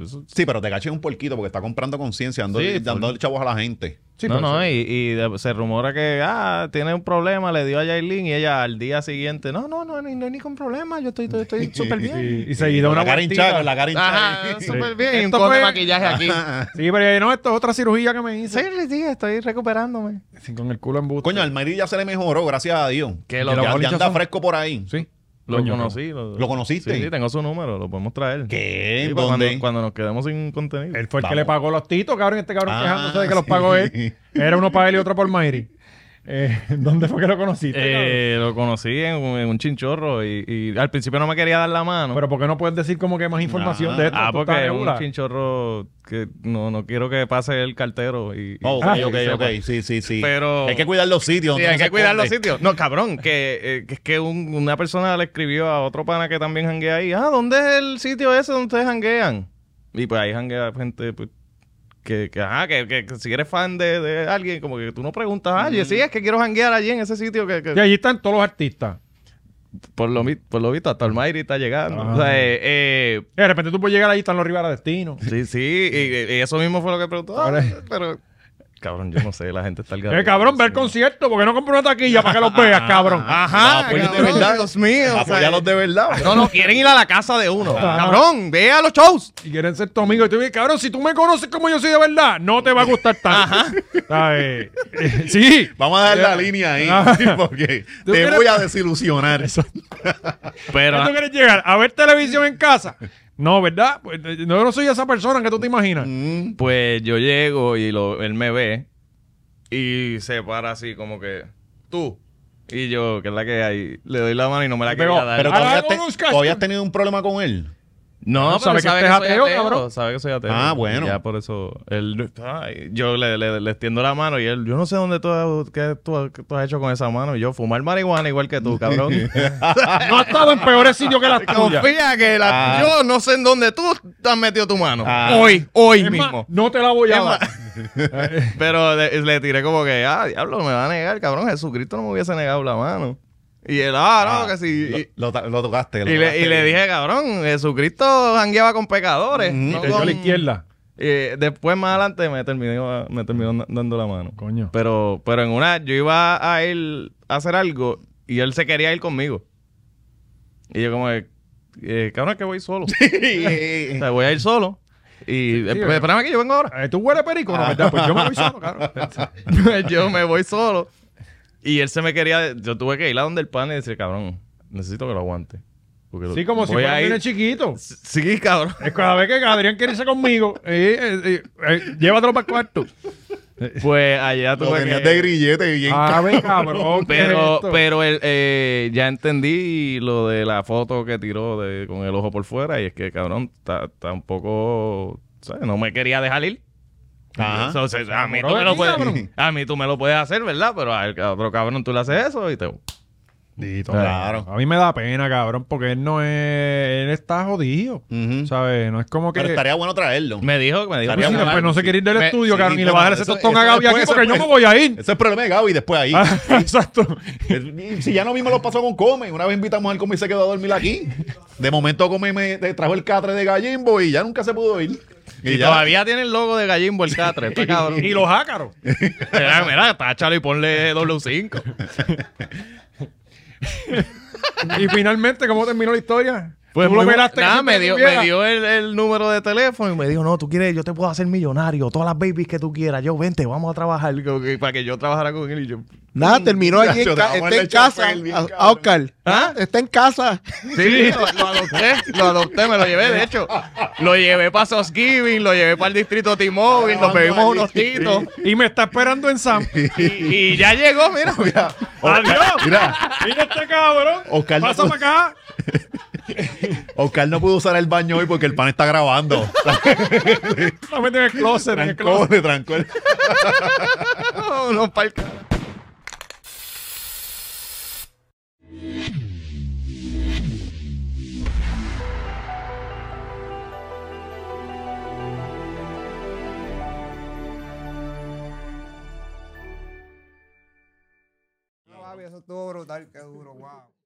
Eso- Sí, pero te caché un porquito porque está comprando conciencia, dando, Sí, dando por- chavos a la gente. Sí, no, pero no, sí. y, y de- se rumora que ah, tiene un problema, le dio a Yailin y ella al día siguiente, no, no, no, ni- no hay ningún problema, yo estoy súper estoy súper bien. Y se da una la cara vueltita. hinchada, la cara hinchada. Ajá, Sí. súper bien. Y un Esto poco de fue- maquillaje aquí. *laughs* Sí, pero eh, no, esto es otra cirugía que me sí, hice. sí, sí, estoy recuperándome. Sí, Con el culo en busto. *laughs* Coño, al Madrid ya se le mejoró, gracias a Dios. Que Que lo- ya, los ya anda bolichos fresco por ahí. Sí. Lo Coño, conocí. Lo, ¿Lo conociste? Sí, sí, tengo su número, lo podemos traer. ¿Qué? Sí, pues, cuando, ¿Dónde? cuando nos quedemos sin contenido. Eh, Él fue el que Vamos. le pagó los titos, cabrón. Este cabrón Ah, quejándose de que los sí. pagó él. Era uno para él y otro para Mayri. Eh, *laughs* ¿Dónde fue que lo conociste? cabrón? Eh, lo conocí en un, en un chinchorro y, y al principio no me quería dar la mano. Pero ¿por qué no puedes decir como que más información Ah, de esto? ah, Tú porque estás es un regular. chinchorro que no, no quiero que pase el cartero. Y, y- Oh, *laughs* ok, Ah, ok, y ok. sepa. Sí, sí, sí. Pero- Hay que cuidar los sitios. Sí, donde hay uno que se cuidar los esconde. sitios. No, cabrón, que, eh, que es que un- una persona le escribió a otro pana que también janguea ahí. Ah, ¿dónde es el sitio ese donde ustedes janguean? Y pues ahí janguea gente pues, que, que, ajá, que, que- que si eres fan de, de alguien, como que tú no preguntas, ah, yo sí, es que quiero janguear allí en ese sitio. Que, que- Y allí están todos los artistas. Por, lo, mi- por lo visto, hasta el Mayri está llegando. Ah. O sea, eh, eh, Y de repente tú puedes llegar allí, están los Rivera Destino. sí, sí, y, y eso mismo fue lo que preguntó. Ah, pero, cabrón, yo no sé, la gente está al garete. pues, Eh, cabrón, ve el concierto, porque no compré una taquilla para que los veas, cabrón. Ah, Ajá, Apoyen de cabrón, verdad. Dios mío. o sea, Apoyarlos de *laughs* verdad. No, no, quieren ir a la casa de uno. Cabrón, ve a los shows. Y quieren ser tu amigo. Y tú dices, cabrón, si tú me conoces como yo soy de verdad, no te va a gustar tanto. *laughs* ¿Sabes? Eh, sí. Vamos a dar la línea ahí, Ah. *laughs* porque ¿Tú te quieres- voy a *laughs* desilusionar. Pero, ¿Qué tú quieres llegar? ¿A ver televisión en casa? No, ¿verdad? Pues, eh, no, yo no soy esa persona que tú te imaginas. Mm. pues yo llego y lo, él me ve y se para así como que, tú. Y yo, que es la que hay, le doy la mano y no me la Pero- quería dar. Pero Ahora todavía, te- conozcas. todavía has tenido un problema con él. no, sabe pero que este es soy ateo, cabrón. Sabe que soy ateo. Ah, bueno. Y Ya por eso, él, ay, yo le, le, le extiendo la mano y él, yo no sé dónde tú, has- qué tú, qué tú has hecho con esa mano. Y yo, fumar marihuana igual *laughs* que tú, cabrón. No ha estado en peores sitios que las tuyas. Confía que la- Ah. yo no sé en dónde tú has metido tu mano. Ah. Hoy, hoy Es más, mismo. no te la voy a Es dar. *laughs* Pero le, le tiré como que, ah, diablo, me va a negar, cabrón. Jesucristo no me hubiese negado la mano. Y él, ah, no, que sí. Lo- Y, Lo, ta- lo tocaste. lo y le, y tocaste. le dije, cabrón, Jesucristo jangueaba con pecadores. Ujú. no Te dio a con- la izquierda. Eh, después, más adelante, me terminó, me terminó na- dando la mano. Coño. Pero, pero en una, yo iba a ir a hacer algo y él se quería ir conmigo. Y yo como, que, eh, cabrón, es que voy *laughs* solo. O *laughs* sea, voy a ir solo. Y eh, pero- espérame que yo vengo ahora. Eh, tú hueles perico, ¿no? ¿Verdad? Pues yo *laughs* me voy solo, cabrón. yo me voy solo. Y él se me quería. Yo tuve que ir a donde el pan y decir, cabrón, necesito que lo aguante. Porque lo- Sí, como si voy fuera a un ir- nene chiquito. *laughs* Sí, cabrón. Es cada vez que Adrián quiere irse conmigo, eh, eh, eh, eh, llévatelo para el cuarto. Pues allá Lo tuve tenías que. de grillete bien. A ver, Ah, *laughs* cabrón. ¿qué es *laughs* Pero, esto? pero el, eh, ya entendí lo de la foto que tiró de, con el ojo por fuera. Y es que, cabrón, ta- tampoco. ¿sabes? No me quería dejar ir. Ajá. So, se- a, mí tú enamoró me de lo ti, puedes, cabrón. a mí tú me lo puedes hacer, ¿verdad? Pero al otro cabrón tú le haces eso y te. Dito, Claro. A mí me da pena, cabrón, porque él no es. Él está jodido. Mm. Ujú. ¿Sabes? No es como que. Pero estaría bueno traerlo. Me dijo, me dijo. Estaría Pues Sí, muy después mal. no se quiere ir del Me- estudio, sí, cabrón, y le no, va a dar eso- ese tostón eso a Gaby aquí después, porque eso yo me voy después. a ir. Ese es el problema de Gaby después ahí. Exacto. Es- si ya no vimos lo pasó con Come. Una vez invitamos al Come y se quedó a dormir aquí. De momento Come me te trajo el catre de gallimbo y ya nunca se pudo ir. Y ya- todavía tiene el logo de Gallimbo el Catre, está cabrón. Y los ácaros. Mira, mira, táchalo y ponle W5. y finalmente, ¿cómo terminó la historia? Pues Tú lo muy bu- miraste que nada, sí te me dio, tuviera. me dio el, el número de teléfono y me dijo, no, tú quieres, yo te puedo hacer millonario, todas las babies que tú quieras, yo vente, vamos a trabajar como que- para que yo trabajara con él y yo. Nada, terminó allí. Nacho, en te ca- vamos a está en echar casa. papel bien a- cabrón. a Oscar. ¿Ah? Está en casa. Sí, lo, lo adopté, lo adopté, me lo llevé, de hecho. Lo llevé para Sosgiving, lo llevé para el distrito T-Mobile, nos bebimos unos titos Y me está esperando en San. y, y ya llegó, mira. ¡Adiós! Mira, Mira este cabrón. Oscar, Pasa no- para acá. Oscar no pudo usar el baño hoy porque el pan está grabando. La meten en el closet. En el Trancó, closet. de trancó el- Unos par- Eso estuvo brutal, qué duro, wow.